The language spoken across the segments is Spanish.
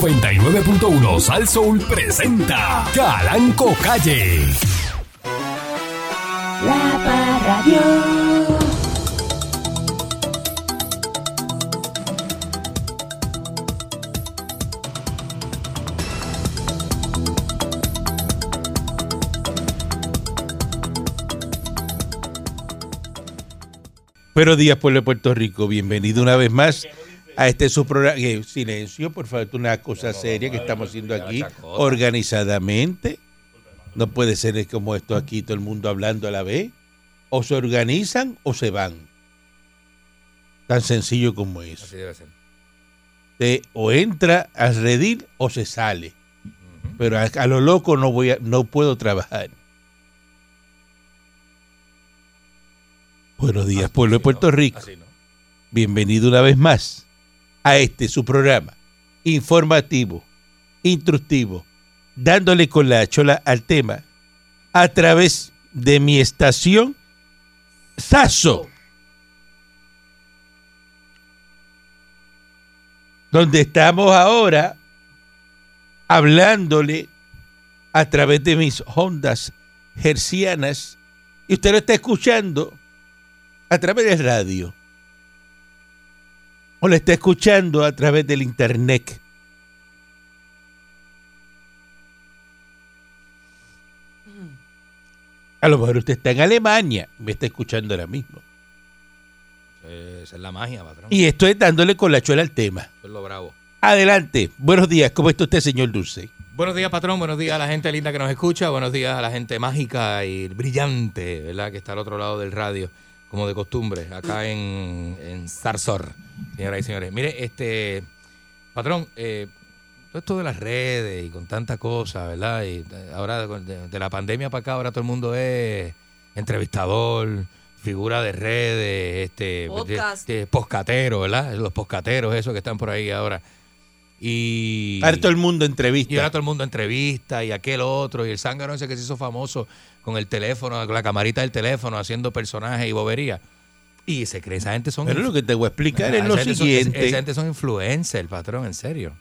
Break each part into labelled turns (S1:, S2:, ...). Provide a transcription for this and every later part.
S1: 99.1 Sal Soul presenta Calanco Calle.
S2: La Parradio.
S3: Buenos días, pueblo de Puerto Rico. Bienvenido una vez más a este su programa. Eh, silencio, por favor, esto es una cosa seria que estamos haciendo aquí organizadamente. No puede ser como esto aquí, todo el mundo hablando a la vez. O se organizan o se van. Tan sencillo como eso.
S4: Así debe ser.
S3: Te- o entra a redil o se sale. Pero a, a lo loco no voy a- no puedo trabajar. Buenos días, pueblo de Puerto Rico.
S4: Así no.
S3: Bienvenido una vez más a este su programa informativo, instructivo, dándole con la chola al tema a través de mi estación Saso. Donde estamos ahora hablándole a través de mis ondas hercianas y usted lo está escuchando a través de radio o la está escuchando a través del internet.
S4: Mm.
S3: A lo mejor usted está en Alemania, me está escuchando ahora mismo.
S4: Eh, Esa es la magia, patrón.
S3: Y esto es dándole con la chola al tema.
S4: Eso es lo bravo.
S3: Adelante, buenos días, ¿cómo está usted, señor Dulce?
S4: Buenos días, patrón. Buenos días a la gente linda que nos escucha. Buenos días a la gente mágica y brillante, ¿verdad? Que está al otro lado del radio, como de costumbre, acá en, en Sarsor, señoras y señores. Mire, este, patrón, eh, todo esto de las redes y con tanta cosa, ¿verdad? Y eh, ahora con- de, de la pandemia para acá, ahora todo el mundo es entrevistador, figura de redes, este,
S5: Podcast.
S4: de- de poscatero, ¿verdad? Los poscateros, esos que están por ahí ahora. Y
S3: Ahora todo el mundo
S4: y ahora
S3: entrevista.
S4: todo el mundo entrevista y aquel otro y el zángano ese que se hizo famoso con el teléfono, con la camarita del teléfono haciendo personajes y bobería. Y se cree, esa gente son...
S3: Pero lo que te voy a explicar es
S4: esa
S3: lo
S4: gente son- esa- esa
S3: siguiente,
S4: gente son influencers, patrón, en serio.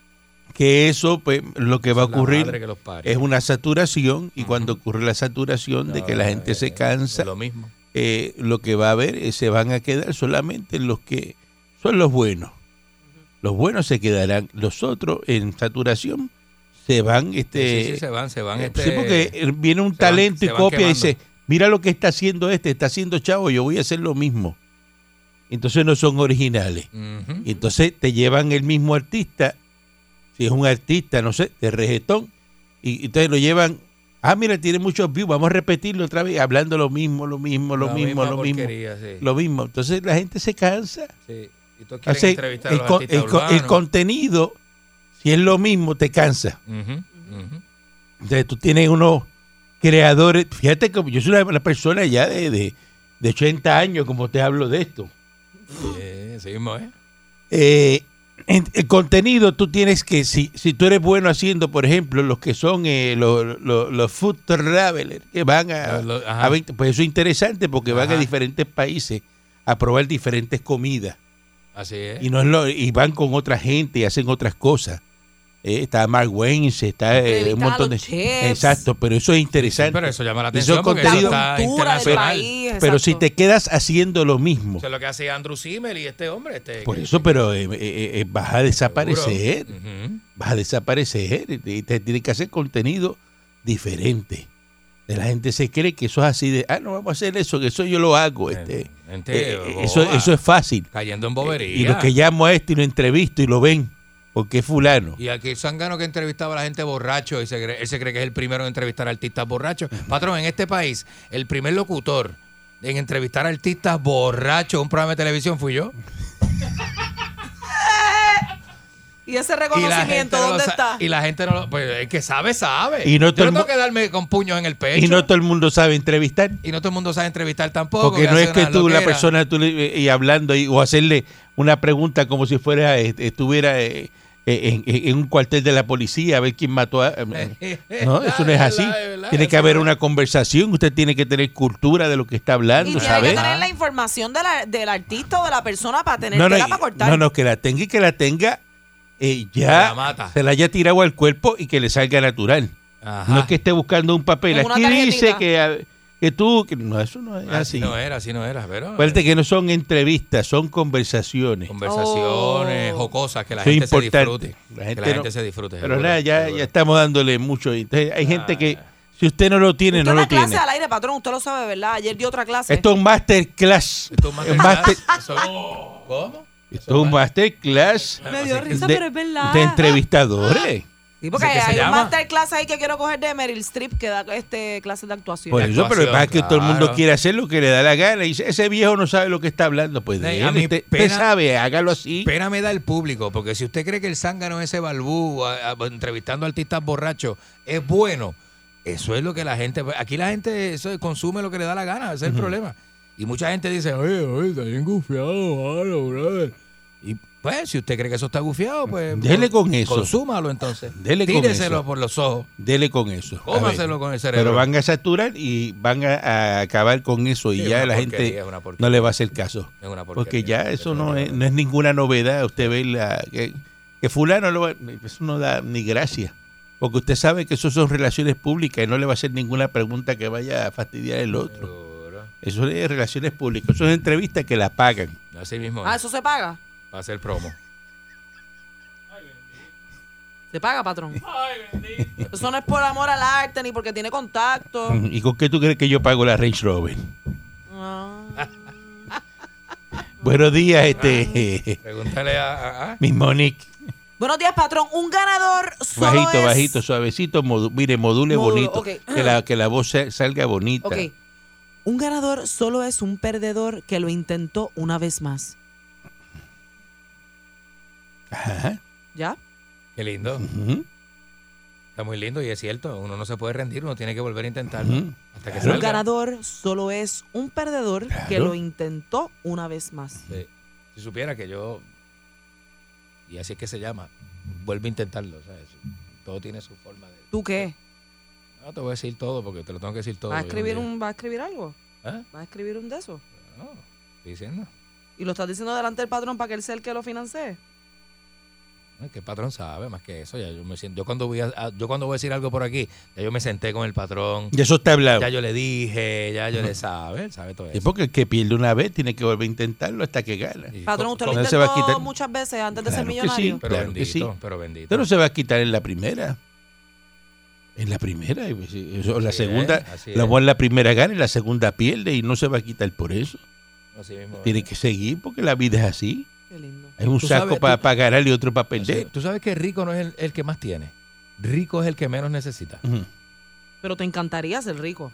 S3: que eso, pues, lo que va a
S4: La madre
S3: ocurrir
S4: que los parió.
S3: es una saturación y cuando ocurre la saturación de que la gente se cansa,
S4: Lo mismo.
S3: eh, lo que va a haber eh, se van a quedar solamente los que son los buenos. Los buenos se quedarán, los otros en saturación se van. Este,
S4: Sí, sí, sí, se van, se van.
S3: eh,
S4: este,
S3: sí, porque eh, viene un
S4: se van-
S3: talento
S4: se
S3: y
S4: van
S3: copia y
S4: quemando.
S3: dice, mira lo que está haciendo este, está haciendo chavo, yo voy a hacer lo mismo. Entonces no son originales.
S4: Ujú.
S3: Y entonces te llevan el mismo artista, si es un artista, no sé, de reggaetón, y y entonces lo llevan, ah, mira, tiene muchos views, vamos a repetirlo otra vez, hablando lo mismo, lo mismo, lo
S4: La
S3: mismo,
S4: misma
S3: lo mismo,
S4: porquería, sí,
S3: lo mismo. Entonces la gente se cansa.
S4: sí. Y todos quieren
S3: Hace-
S4: entrevistar a
S3: el,
S4: los
S3: con-
S4: artistas
S3: el con- el
S4: urbanos.
S3: contenido, si es lo mismo, te cansa.
S4: Ujú, ujú.
S3: Entonces tú tienes unos creadores, fíjate que yo soy una, una persona ya de, de, de 80 años, como te hablo de esto.
S4: Sí, sí mismo, ¿eh?
S3: Eh, en- el contenido tú tienes que, si, si tú eres bueno haciendo, por ejemplo, los que son eh, los, los- los food travelers, que van a,
S4: Ah, Lo- lo- ajá.
S3: a 20 pues eso es interesante porque van a
S4: Ajá.
S3: diferentes países a probar diferentes comidas
S4: Así es.
S3: y no es lo- y van con otra gente y hacen otras cosas. Eh, está Mark Wayans, está eh,
S5: Entrevistar
S3: un
S5: a
S3: montón de...
S5: los chefs.
S3: Exacto, pero eso es
S4: Sí,
S3: interesante.
S4: pero eso llama la
S3: eh, Y son
S4: atención porque eso
S3: contenido-
S4: está
S5: cultura del
S4: internacional.
S5: país.
S3: Pero si
S5: exacto.
S3: te quedas haciendo lo mismo,
S4: Eso es lo que hace Andrew Simmel y este hombre. Este,
S3: por
S4: que-
S3: eso, pero eh, eh, eh, vas a desaparecer.
S4: Ujú.
S3: vas a desaparecer y te tienes que hacer contenido diferente. La gente se cree que eso es así de, ah, no vamos a hacer eso, que eso yo lo hago. Este,
S4: Gente
S3: eh,
S4: boba,
S3: eso, eso es fácil.
S4: Cayendo en bobería.
S3: Y lo que llamo a este y lo entrevisto y lo ven, porque es fulano.
S4: Y aquí el Sangano que entrevistaba a la gente borracho, y se cree- él se cree que es el primero en entrevistar a artistas borrachos. Patrón, en este país, el primer locutor en entrevistar a artistas borrachos en un programa de televisión fui yo.
S5: Y ese
S4: Y la gente
S5: reconocimiento,
S4: no lo
S5: ¿dónde
S4: sa-
S5: está?
S4: Y la gente no lo... Pues el que sabe, sabe.
S3: Y no todo
S4: yo
S3: el
S4: no tengo
S3: mu-
S4: que darme con puños en el pecho.
S3: Y no todo el mundo sabe entrevistar.
S4: y no todo el mundo sabe entrevistar tampoco.
S3: Porque no
S4: hace
S3: es que
S4: una
S3: tú, la
S4: loquera.
S3: persona, tú le- eh, y hablando y- o hacerle una pregunta como si fuera eh, estuviera eh, eh, en, en un cuartel de la policía a ver quién mató a... eh,
S4: Eh,
S3: No, eso no es así.
S4: verdad, verdad,
S3: Tiene que
S4: eso
S3: haber
S4: no-
S3: una conversación, usted tiene que tener cultura de lo que está
S5: Y
S3: hablando,
S5: tiene
S3: ¿sabes?
S5: que tener la información de la- del artista o de la persona para tener
S3: No, no,
S5: tela para
S3: y-
S5: cortar.
S3: no, no, que la tenga y que la tenga eh, ya
S4: La mata.
S3: se la haya tirado al cuerpo y que le salga natural.
S4: Ajá.
S3: No es que esté buscando un papel.
S5: Es una
S3: Aquí dice
S5: tarjetita.
S3: que, ah, que tú... que- no, eso no es así.
S4: Así Ah, no era, así no era, pero eh,
S3: Acuérdate que no son entrevistas, son conversaciones.
S4: conversaciones
S5: Oh.
S4: jocosas que la
S3: Eso es
S4: gente
S3: importante.
S4: se disfrute.
S3: La gente
S4: que la
S3: no-
S4: gente se disfrute.
S3: Pero
S4: seguro,
S3: nada, ya,
S4: seguro. Ah.
S3: ya estamos dándole mucho. Entonces, hay gente que si usted no lo tiene,
S5: Usted
S3: no
S5: da
S3: lo
S5: clase
S3: tiene.
S5: al aire, patrón, usted lo sabe, ¿verdad? Ayer dio otra clase.
S3: Esto es un masterclass.
S4: Esto es un
S3: Es
S4: masterclass.
S3: master-
S4: Eso- ¿Cómo?
S3: esto es un masterclass
S5: Me dio risa,
S3: de,
S5: pero es verdad.
S3: de entrevistadores.
S5: Sí, porque
S4: ¿Qué se
S5: hay un
S4: llama?
S5: masterclass ahí que quiero coger de Meryl Streep que da este clase de actuación.
S3: Por
S4: la
S3: eso, pero lo que pasa es que todo el mundo
S4: claro.
S3: quiere hacer lo que le da la gana. Y dice, ese viejo no sabe lo que está hablando. Pues de
S4: Ey,
S3: él,
S4: a mí
S3: usted,
S4: pena-
S3: usted sabe, hágalo así.
S4: Pena me da el público, porque si usted cree que el zángano ese balbú a- a- entrevistando a artistas borrachos es bueno, eso es lo que la gente. Aquí la gente eso, consume lo que le da la gana, ese es el problema. Y mucha gente dice, oye, oye, está bien gufiado, mano, brother". Y pues, si usted cree que eso está gufiado, pues.
S3: Dele
S4: pues,
S3: Mm, con eso.
S4: Consúmalo entonces.
S3: Dele con
S4: Tíreselo
S3: eso.
S4: por los ojos.
S3: Dele con eso. A ver.
S4: Cómaselo con el cerebro.
S3: Pero van a saturar y van a, a acabar con eso. Y
S4: Sí,
S3: ya
S4: una
S3: la
S4: porquería,
S3: gente
S4: es una porquería.
S3: no le va a hacer caso.
S4: Es una porquería.
S3: Porque ya eso no es,
S4: una-
S3: no es ninguna novedad. Usted ve la, que, que fulano lo va- eso no da ni gracia. Porque usted sabe que eso son relaciones públicas y no le va a hacer ninguna pregunta que vaya a fastidiar el otro.
S4: Seguro.
S3: Eso es relaciones públicas. Eso es entrevistas que la pagan.
S4: Así mismo.
S5: Ah, eso se paga.
S4: Va a ser promo.
S5: Se paga, patrón. Eso no es por amor al arte ni porque tiene contacto.
S3: ¿Y con qué tú crees que yo pago la Range Rover?
S5: No.
S3: Buenos días, este.
S4: Pregúntale a. a- a-
S3: Miss Monique.
S5: Buenos días, patrón. Un ganador solo
S3: Bajito,
S5: es-
S3: bajito, suavecito. modu- mire, module
S5: Módulo,
S3: bonito.
S5: ok.
S3: Que, la, que la voz sa- salga bonita.
S5: Ok. Un ganador solo es un perdedor que lo intentó una vez más.
S3: Ajá.
S5: ¿Ya?
S4: Qué lindo.
S3: Ujú.
S4: Está muy lindo y es cierto, uno no se puede rendir, uno tiene que volver a intentarlo
S3: Ujú.
S4: hasta que
S3: Claro.
S5: Un
S4: salga.
S5: ganador solo es un perdedor que
S3: Claro.
S5: lo intentó una vez más.
S4: Sí. Si supiera que yo, y así es que se llama, vuelve a intentarlo, ¿sabes? Todo tiene su forma de...
S5: ¿Tú qué?
S4: No te voy a decir todo porque te lo tengo que decir todo.
S5: ¿Vas a
S4: yo
S5: escribir,
S4: día.
S5: un, ¿vas a escribir algo?
S4: ¿Ah?
S5: ¿Vas a escribir un de eso?
S4: No, estoy diciendo.
S5: ¿Y lo estás diciendo delante del patrón para que él sea el que lo financie?
S4: Ay, Que el patrón sabe más que eso. Ya yo, me siento, yo, cuando voy a, a- yo cuando voy a decir algo por aquí, ya yo me senté con el patrón,
S3: Y eso está hablado.
S4: ya yo le dije, ya yo le sabe, él sabe todo
S3: Sí,
S4: eso.
S3: porque el que pierde una vez tiene que volver a intentarlo hasta que gana.
S4: Y
S5: Patrón,
S4: co-
S5: usted
S4: co-
S5: lo
S3: con él se va a
S5: intentó
S3: quitar-
S5: muchas veces antes de ser
S3: Claro que sí.
S5: millonario.
S4: Pero
S3: Claro que sí.
S4: bendito, pero bendito.
S3: Usted no se va a quitar en la primera. En la primera. y pues, y eso, la
S4: Así es,
S3: segunda.
S4: así
S3: la
S4: es.
S3: buena la primera gana y la segunda pierde y no se va a quitar por eso.
S4: Así mismo es.
S3: Tiene que seguir porque la vida es así.
S5: Qué lindo.
S3: Hay un
S4: Tú
S3: saco
S4: sabes,
S3: para
S4: tú-
S3: ganar y otro para
S4: Sí,
S3: perder.
S4: Tú sabes que rico no es el, el que más tiene. Rico es el que menos necesita.
S3: Ujú.
S5: Pero te encantaría ser rico.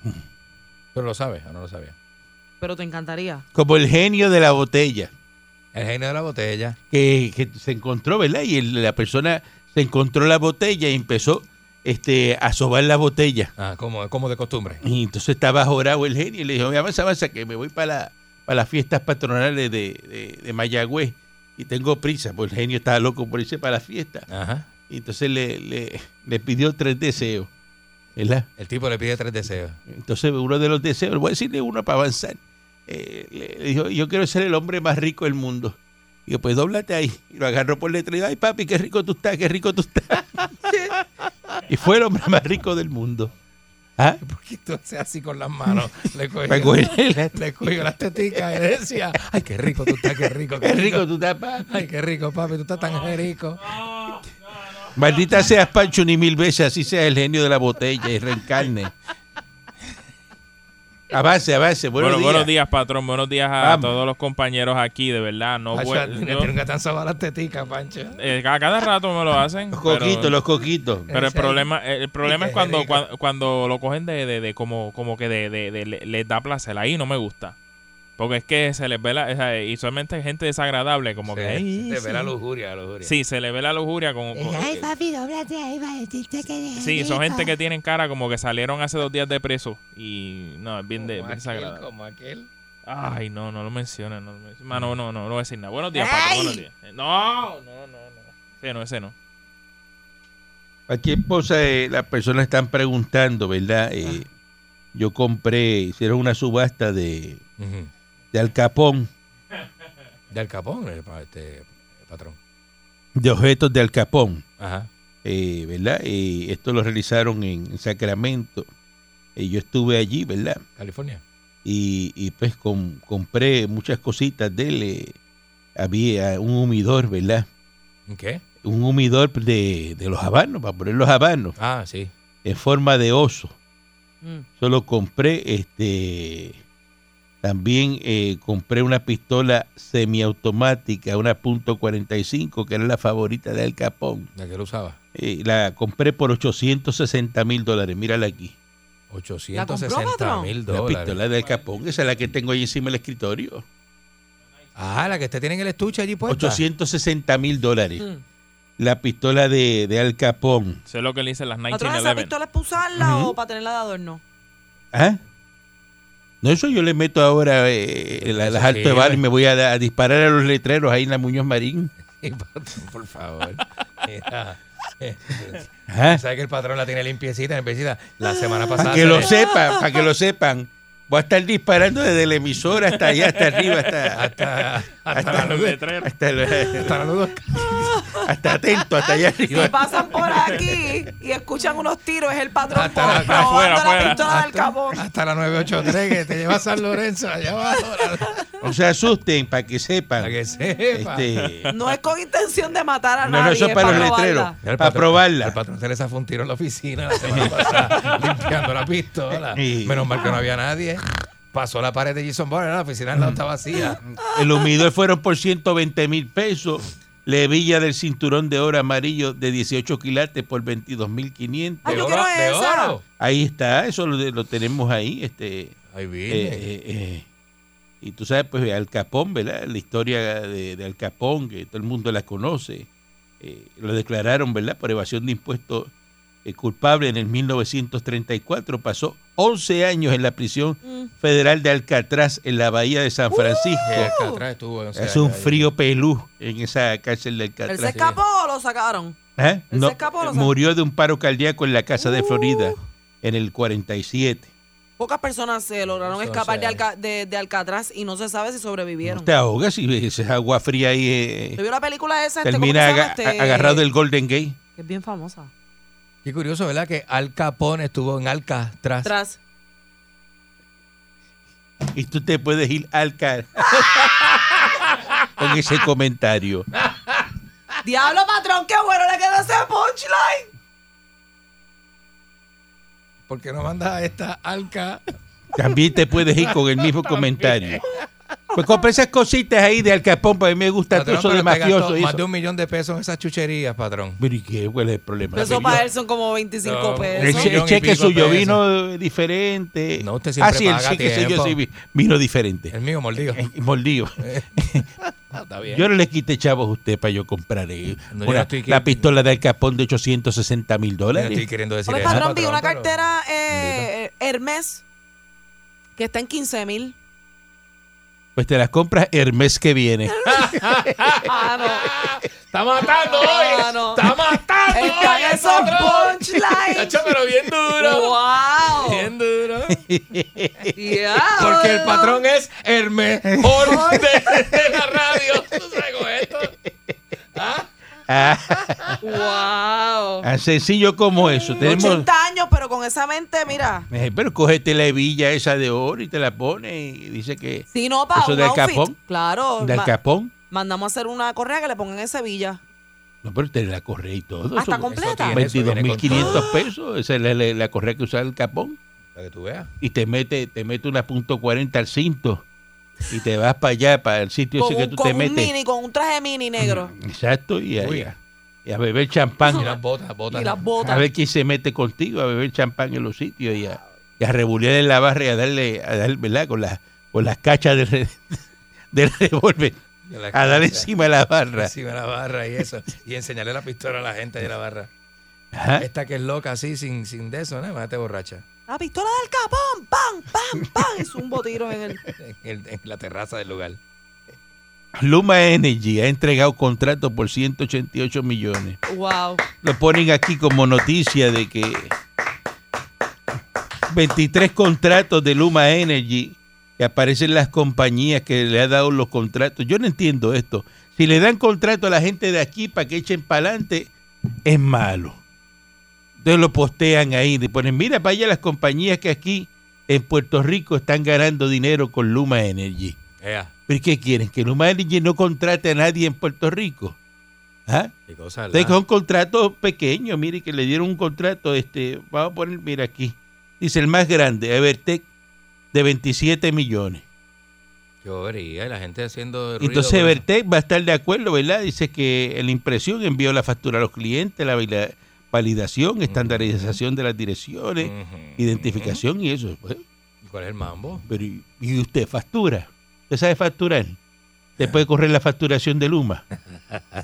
S4: Pero lo sabes o no lo sabía.
S5: Pero te encantaría.
S3: Como el genio de la botella.
S4: El genio de la botella.
S3: que, que se encontró, ¿verdad? Y el- la persona se encontró la botella y empezó este, a sobar la botella.
S4: Ah, como, como de costumbre.
S3: Y entonces estaba jorado el genio y le dijo, avanza, avanza, que me voy para, la- para las fiestas patronales de, de- de Mayagüez y tengo prisa, porque el genio estaba loco por irse para la fiesta.
S4: Ajá.
S3: Y entonces le, le- le pidió tres deseos, ¿verdad?
S4: El tipo le pide tres deseos.
S3: Entonces uno de los deseos, voy a decirle uno para avanzar. Eh, le, le dijo, yo quiero ser el hombre más rico del mundo. Y yo, pues doblate ahí. Y lo agarró por letra y dijo, ay papi, qué rico tú estás, qué rico tú estás. y fue el hombre más rico del mundo. ¿Ah?
S4: ¿Por qué tú haces así con las manos? Le cogió,
S3: Me cogió la-
S4: le cogió las teticas y le decía, ay, qué rico tú estás, qué rico.
S3: Qué rico tú estás, papi.
S4: Ay, qué rico, papi, tú estás tan rico.
S3: Maldita seas, Pancho, ni mil veces, así sea el genio de la botella y reencarne. Avance, avance. Buenos
S2: bueno,
S3: días.
S2: buenos días, patrón. Buenos días a
S3: Vamos.
S2: todos los compañeros aquí, de verdad. No,
S4: Pancho,
S2: vuel-
S4: le
S2: yo-
S4: tienen que tan sobar las teticas, Pancho.
S2: eh, a cada rato me lo hacen.
S3: Los
S2: pero-
S3: coquitos, los coquitos.
S2: Pero el
S4: Ese ahí.
S2: problema, el problema
S4: Qué
S2: es cuando,
S4: rico.
S2: cuan- cuando, lo cogen de, de- de como, como que de, de- de- le- les da placer. Ahí no me gusta. Porque es que se les ve la, o sea, y solamente hay gente desagradable, como que
S4: Se-
S2: "Ay,
S4: se te
S2: sí".
S4: ve la lujuria, la lujuria.
S2: Sí, se le ve la lujuria como, como-
S6: Eh, Ay, papi, doblate ahí para decirte que eres
S2: Sí,
S6: rico.
S2: son gente que tienen cara como que salieron hace dos días de preso y no, es bien, de,
S4: Como
S2: bien
S4: aquel,
S2: desagradable.
S4: como aquel. Mm.
S2: Ay, no, no lo menciones, no lo menciones. Mano, no, no, no voy a decir nada. Buenos días, patrón, buenos días. Eh, No, no, no, no. Ese no, ese no.
S3: Cualquier cosa, eh, las personas están preguntando, ¿verdad? Eh, yo compré, hicieron una subasta de,
S4: Ujú.
S3: de Al Capón.
S4: De Al Capón, el pa- este, el patrón.
S3: de objetos de Al Capón,
S4: Ajá.
S3: eh, ¿verdad? Eh, esto lo realizaron en Sacramento. Eh, yo estuve allí, ¿verdad?
S4: California.
S3: y, y, pues com- compré muchas cositas de él. eh, había un humidor, ¿verdad?
S4: ¿En ¿Qué?
S3: Un humidor de, de los habanos, para poner los habanos,
S4: Ah, sí.
S3: en forma de oso.
S5: Mm.
S3: Solo compré, este, también eh, compré una pistola semiautomática, una .45, que era la favorita de Al Capón.
S4: ¿De qué lo usaba?
S3: Eh, la compré por 860 mil dólares, mírala aquí.
S5: patrón?
S4: 860
S3: La
S4: mil dólares.
S3: pistola de Al Capón, esa es la que tengo ahí encima del escritorio.
S4: Ah, la que usted tiene en el estuche allí puesta.
S3: 860 mil dólares.
S5: Mm.
S3: La pistola de, de Al Capón.
S2: Eso es lo que le dicen las
S5: Patrón, ¿esa
S2: 1911.
S5: pistola es para usarla o para tenerla de adorno?
S3: ¿Ah? No, eso yo le meto ahora eh, la- las
S4: Eso
S3: alto de
S4: sirve.
S3: bala y me voy a, da- a disparar a los letreros ahí en la Muñoz Marín.
S4: Sí, patrón, por favor. Mira. Eh,
S3: Ajá.
S4: ¿Sabe que el patrón la tiene limpiecita, limpiecita? La semana pasada.
S3: Para que lo
S4: se-
S3: sepan, para que lo sepan. Voy a estar disparando desde la emisora hasta allá, hasta arriba, hasta...
S4: Hasta, hasta
S3: hasta-
S4: la luz de tres.
S3: hasta la-
S4: Hasta la luz.
S3: hasta atento, hasta allá
S5: Si
S3: arriba.
S5: pasan por aquí y escuchan unos tiros, es el patrón
S4: Hasta
S5: por-
S4: la-
S5: probando
S2: afuera,
S5: la
S2: afuera.
S5: pistola del capón.
S4: Hasta la 983 que te lleva a San Lorenzo. Allá abajo. la-
S3: No se asusten, para que sepan.
S4: Para que sepa.
S3: Este,
S5: No es con intención de matar a
S3: no,
S5: nadie,
S3: no, eso es para los letreros,
S5: robarla.
S4: Mira, el
S3: para
S4: patrón-
S3: probarla.
S4: Al patrón se le zafó un tiro en la oficina la semana pasada, limpiando la pistola.
S3: Sí.
S4: Menos mal que no había nadie. Pasó la pared de Jason Bourne, la oficina al lado está vacía.
S3: El humidor fueron por 120 mil pesos. Levilla del cinturón de oro amarillo de 18 quilates por 22 mil 500.
S5: Ay, Ah, yo quiero
S4: de
S5: esa.
S4: oro.
S3: Ahí está, eso lo, lo tenemos ahí. Este, eh,
S4: Ay, vine.
S3: eh, eh. Y tú sabes, pues Al Capón, ¿verdad? La historia de, de Al Capón, que todo el mundo la conoce. Eh, lo declararon, ¿verdad? Por evasión de impuestos eh, culpable en el 1934. Pasó 11 años en la prisión
S5: Mm.
S3: federal de Alcatraz, en la bahía de San Francisco.
S4: Sí, acá atrás estuvo, o sea,
S3: Hace un
S4: ahí.
S3: frío pelú en esa cárcel de
S5: ¿Él se
S3: Alcatraz.
S5: escapó o lo sacaron?
S3: ¿Eh?
S5: ¿Él
S3: No,
S5: se escapó, lo sabe?
S3: murió de un paro cardíaco en la casa de Florida
S5: Uh.
S3: en el 47.
S5: Pocas personas se lograron
S4: Entonces,
S5: escapar de, Alca- de- de Alcatraz y no se sabe si sobrevivieron.
S3: No te ahogas si ves esa agua fría ahí. eh,
S5: ¿Te vio la película esa? Este, ¿cómo que
S3: termina
S5: se llama?
S3: aga-
S5: Este,
S3: a- agarrado del Golden Gate.
S5: que Es bien famosa.
S4: Qué curioso, ¿verdad? Que Al Capone estuvo en Alcatraz.
S5: Tras.
S3: Y tú te puedes ir al car. con ese comentario.
S5: Diablo, patrón, qué bueno le quedó ese punchline.
S4: ¿Por qué no manda a esta Alca?
S3: Este También te puedes ir con el mismo comentario. Pues compra esas cositas ahí de Al Capón, para mí me gusta todo
S4: Patrón,
S3: eso
S4: pero
S3: de
S4: te
S3: mafioso.
S4: gastó
S3: y
S4: Más de
S3: eso.
S4: un millón de pesos en esas chucherías, patrón.
S3: Pero ¿y qué? ¿Cuál es el problema?
S5: Pero eso para él son como 25
S4: No,
S3: El,
S5: pesos.
S3: che-
S4: Eso-
S3: el
S4: millón y
S3: cheque
S4: pico
S3: suyo
S4: pesos.
S3: vino eh, diferente.
S4: No, usted siempre
S3: Ah, sí, el
S4: paga a
S3: cheque suyo
S4: tiempo.
S3: sí vi- vino diferente.
S4: El mío mordido.
S3: Eh, Mordido.
S4: Ah, está bien.
S3: Yo no le quité chavos a usted para yo comprar eh,
S4: No, yo
S3: una-
S4: no estoy
S3: la
S4: que-
S3: pistola del Capón de 860 mil
S4: Yo no
S3: dólares.
S4: estoy queriendo decir
S5: Hombre,
S4: eso,
S5: patrón, vi una
S4: pero-
S5: cartera eh, Hermes que está en 15 mil.
S3: Pues te las compras el mes que viene.
S5: Ah, no.
S4: ¡Está matando
S5: Ah, no.
S4: ¡Está matando
S5: Están
S4: hoy,
S5: esos
S4: patrón!
S5: punchlines.
S4: Chacho, pero bien duro.
S5: ¡Wow!
S4: Bien duro.
S5: Diablo.
S4: Porque el patrón es el mejor de, de la radio. ¿Tú sabes cómo es esto?
S3: Ah,
S5: ¡Wow!
S3: tan sencillo como eso. Tenemos,
S5: 80 años, pero con esa mente, mira.
S3: Eh, pero cógete la hebilla esa de oro y te la pones y dice que
S5: Si no, para
S3: ¿Eso
S5: un
S3: del
S5: outfit.
S3: Capón?
S5: Claro.
S3: del
S5: ma-
S3: Capón.
S5: mandamos a hacer una correa que le pongan en Sevilla.
S3: No, pero te la corré y todo.
S5: Ah,
S3: Eso-
S5: está completa.
S4: tiene. Eso viene con
S3: 22.500 pesos. Esa es la, la- la correa que usa el Capón.
S4: Para que tú veas.
S3: y te mete, te mete una punto 40 al cinto y te vas para allá, para el sitio
S5: Con,
S3: ese que
S5: un,
S3: tú
S5: con
S3: te
S5: un
S3: metes. Mm,
S5: mini, con un traje mini negro.
S3: Exacto, y
S4: Uy.
S3: a, y a beber champán.
S4: Y las botas, las botas.
S5: Y las
S3: A
S5: botas.
S3: ver quién se mete contigo, a beber champán en los sitios y a, y a rebulear en la barra y a darle, a darle ¿verdad? Con, las con las cachas del, re- del revólver,
S4: De la
S3: a dar
S4: casa.
S3: encima de la barra.
S4: Encima de la barra y eso. Y enseñarle la pistola a la gente de la barra.
S3: Ajá.
S4: Esta que es loca así, sin, sin de eso, ¿no? Májate borracha.
S5: La pistola del capón, pam, pam, pam. Es un botiro en el.
S4: En, el- en la terraza del lugar.
S3: Luma Energy ha entregado contratos por 188 millones.
S5: ¡Wow!
S3: lo ponen aquí como noticia de que 23 contratos de Luma Energy que aparecen las compañías que le han dado los contratos. Yo no entiendo esto. Si le dan contrato a la gente de aquí para que echen para adelante, es malo. Entonces lo postean ahí, le ponen, mira para allá las compañías que aquí en Puerto Rico están ganando dinero con Luma Energy.
S4: Ea,
S3: ¿Pero qué quieren? ¿Que Luma Energy no contrate a nadie en Puerto Rico? ¿Ah?
S4: qué cosa,
S3: Entonces,
S4: ¿verdad?
S3: con un contrato pequeño, mire que le dieron un contrato, este, vamos a poner, mira aquí, dice el más grande, Evertec, de 27 millones.
S4: Qué bobería, y la gente haciendo ruido. pues.
S3: Entonces
S4: por eso.
S3: Evertec va a estar de acuerdo, ¿verdad? Dice que la impresión envió la factura a los clientes, la valida- validación, estandarización de las direcciones,
S4: Ujú.
S3: ¿eh? identificación y eso. Pues,
S4: ¿Y ¿Cuál es el mambo?
S3: Pero, ¿y- ¿Y usted factura? ¿Usted sabe facturar? ¿Te puede correr la facturación de Luma?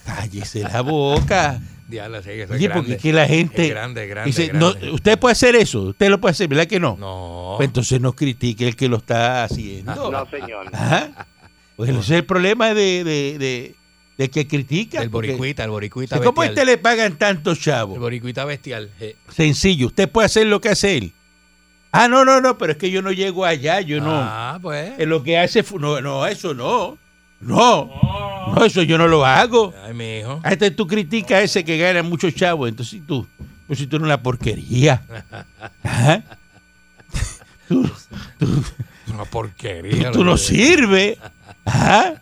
S3: Cállese la boca.
S4: Diablo, sí, eso es
S3: Oye,
S4: grande.
S3: porque es que la gente
S4: Es grande, grande,
S3: dice,
S4: grande.
S3: "No, usted puede hacer eso, usted lo puede hacer, ¿verdad que no?
S4: No. Ah,
S3: Pues entonces no critique el que lo está haciendo.
S7: No, señor.
S3: Ajá. Pues ese es el problema de, de, de, de que critica.
S4: El
S3: porque-
S4: boricuita, el boricuita
S3: ¿Cómo a usted
S4: bestial.
S3: le pagan tantos
S4: El
S3: chavos?
S4: boricuita bestial. eh.
S3: Sencillo, usted puede hacer lo que hace él. Ah, no, no, no, pero es que yo no llego allá, yo
S4: Ah, pues.
S3: no. Eh, Lo que hace, fu- no, no, eso no. No, no, eso yo no lo hago.
S4: Ay, mi hijo.
S3: Ah, Entonces tú criticas a ese que gana muchos chavos. Entonces tú, pues si tú eres una porquería. Ajá. Tú,
S4: Una porquería.
S3: tú no
S4: brother.
S3: sirves. Ajá.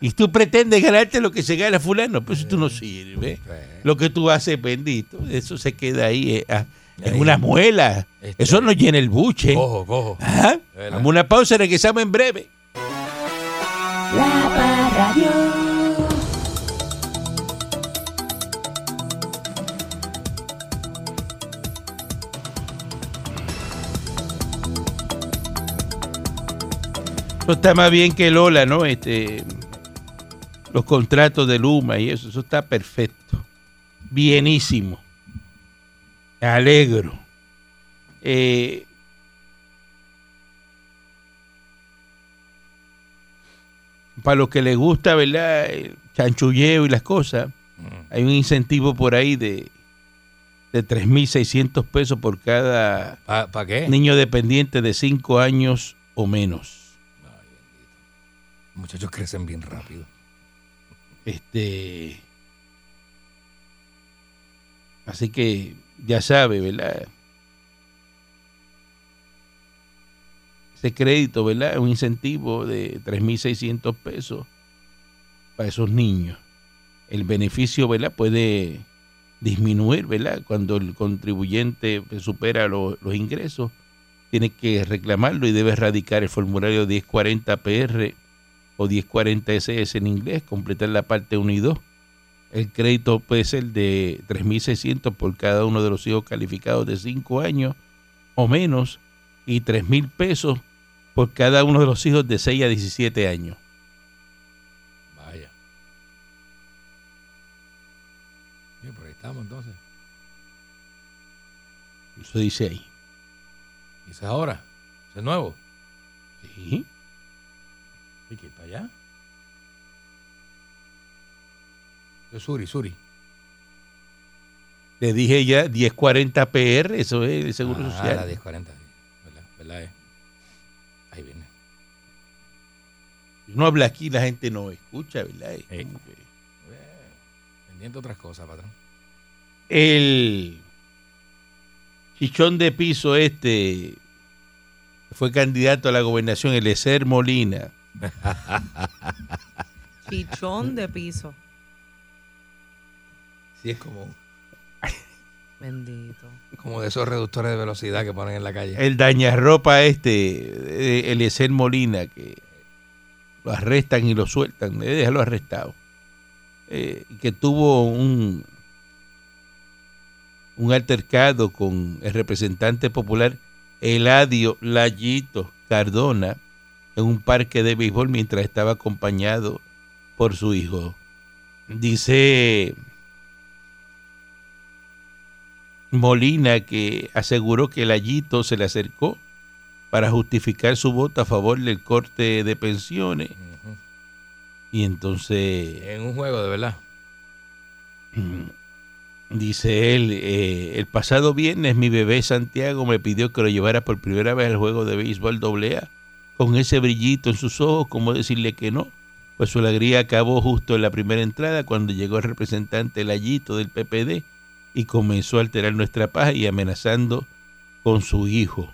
S3: Y tú pretendes ganarte lo que se gana fulano. Pues si tú no sirves.
S4: Pues,
S3: Lo que tú haces, bendito, eso se queda ahí eh, ah, en
S4: Ahí.
S3: una muela.
S4: Este-
S3: Eso no llena el buche.
S4: Cojo, cojo.
S3: Ajá.
S4: ¿Verdad?
S3: Vamos a una pausa, regresamos en breve.
S6: La Parradio.
S3: Eso está más bien que Lola, ¿no? Este, los contratos de Luma y eso, eso está perfecto. Bienísimo. Me alegro. Eh, para los que les gusta, ¿verdad? El chanchulleo y las cosas, hay un incentivo por ahí de, de 3.600 pesos por cada
S4: ¿Para qué?
S3: niño dependiente de 5 años o menos.
S4: Muchachos crecen bien rápido.
S3: Este. Así que ya sabe, ¿verdad? Ese crédito, ¿verdad? Un incentivo de 3.600 pesos para esos niños. El beneficio, ¿verdad? Puede disminuir, ¿verdad? Cuando el contribuyente pues, supera lo- los ingresos, tiene que reclamarlo y debe erradicar el formulario 1040 PR o 1040SS en inglés, completar la parte 1 y 2. El crédito puede ser de 3.600 por cada uno de los hijos calificados de 5 años o menos y 3.000 pesos por cada uno de los hijos de 6 a 17 años.
S4: Vaya. Bien, por ahí estamos entonces.
S3: Eso dice ahí.
S4: ¿Y eso es ahora? ¿Eso es nuevo?
S3: Sí.
S4: Hay que ir para allá. Eso es Suri, Suri.
S3: Le dije ya 1040 PR, eso es el Seguro
S4: ah,
S3: Social.
S4: la 1040. sí. ¿Verdad? ¿Verdad? eh? Ahí viene.
S3: Uno habla aquí, la gente no escucha, ¿verdad? Es
S4: Sí.
S3: como que-
S4: Pendiente otras cosas, patrón.
S3: el chichón de piso este que fue candidato a la gobernación, Eliezer Molina.
S5: Chichón
S3: Mm.
S5: de piso.
S4: Sí, es como,
S5: Bendito.
S4: como de esos reductores de velocidad que ponen en la calle.
S3: El dañarropa este, eh, Eliezer Molina, que lo arrestan y lo sueltan, eh, déjalo arrestado. Eh, que tuvo un, un altercado con el representante popular Eladio Layito Cardona en un parque de béisbol mientras estaba acompañado por su hijo. Dice Molina que aseguró que Layito se le acercó para justificar su voto a favor del corte de pensiones
S4: Ujú.
S3: y entonces
S4: En un juego, de verdad.
S3: Mm. Dice él, eh, el pasado viernes mi bebé Santiago me pidió que lo llevara por primera vez al juego de béisbol doble A, con ese brillito en sus ojos, como decirle que no, Pues su alegría acabó justo en la primera entrada cuando llegó el representante Layito del PPD y comenzó a alterar nuestra paz y amenazando con su hijo.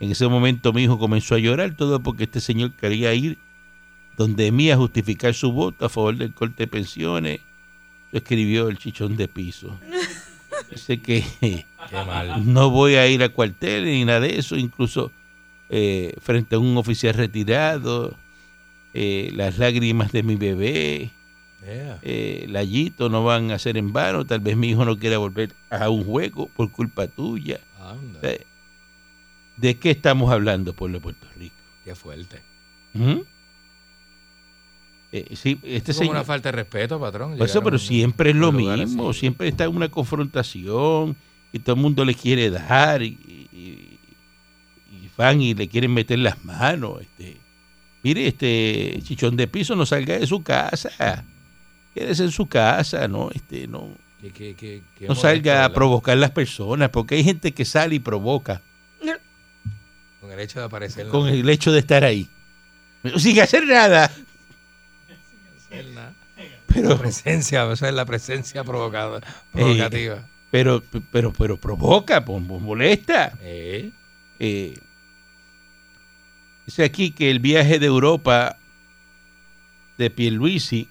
S3: En ese momento mi hijo comenzó a llorar, todo porque este señor quería ir donde mí a justificar su voto a favor del corte de pensiones. Lo escribió el chichón de piso. Dice que
S4: Qué mal.
S3: no voy a ir a cuartel ni nada de eso, incluso eh, frente a un oficial retirado, eh, las lágrimas de mi bebé,
S4: Yeah.
S3: eh, Layito no van a ser en vano, tal vez mi hijo no quiera volver a un juego por culpa tuya.
S4: Anda,
S3: O sea, ¿De qué estamos hablando, pueblo de Puerto Rico?
S4: qué fuerte.
S3: ¿Mm? Eh, sí, este
S4: Es como una
S3: señor,
S4: falta de respeto, patrón.
S3: Por eso,
S4: llegar a
S3: pero
S4: un-
S3: siempre es lo
S4: un lugar
S3: mismo,
S4: así.
S3: siempre está una confrontación y todo el mundo le quiere dar y, y- y van y le quieren meter las manos. Este. Mire, este chichón de piso no salga de su casa, quédese en su casa, no, este, no,
S4: Qué- qué- qué- qué
S3: no
S4: molesto,
S3: salga a
S4: ¿verdad?
S3: provocar las personas, porque hay gente que sale y provoca
S4: Con el hecho de aparecer.
S3: con el hecho de estar ahí, sin hacer nada.
S4: Pero presencia, o sea, es la presencia provocada, provocativa.
S3: pero pero pero provoca pues, pues, molesta
S4: Eh,
S3: Eh, dice aquí que el viaje de Europa de Pierluisi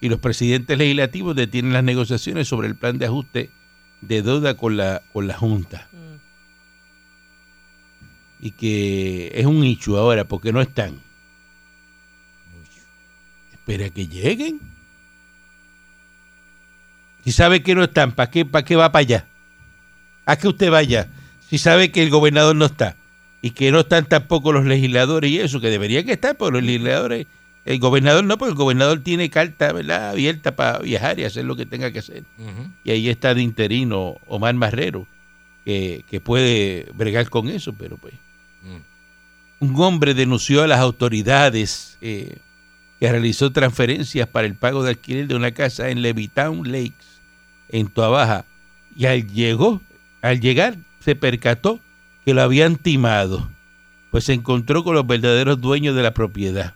S3: y los presidentes legislativos detienen las negociaciones sobre el plan de ajuste de deuda con la con la junta
S5: Mm.
S3: y que es un nicho ahora porque no están espera que lleguen si sabe que no están, ¿para qué, para qué va para allá? ¿A qué usted vaya? Si sabe que el gobernador no está y que no están tampoco los legisladores y eso, que debería que estar, pero los legisladores, el gobernador no, porque el gobernador tiene carta ¿verdad? abierta para viajar y hacer lo que tenga que hacer.
S4: ujú.
S3: Y ahí está de interino Omar Marrero, que, que puede bregar con eso, pero pues
S4: Mm.
S3: un hombre denunció a las autoridades eh, que realizó transferencias para el pago de alquiler de una casa en Levittown Lakes, en Tuabaja, y al, llegó, al llegar se percató que lo habían timado, pues se encontró con los verdaderos dueños de la propiedad.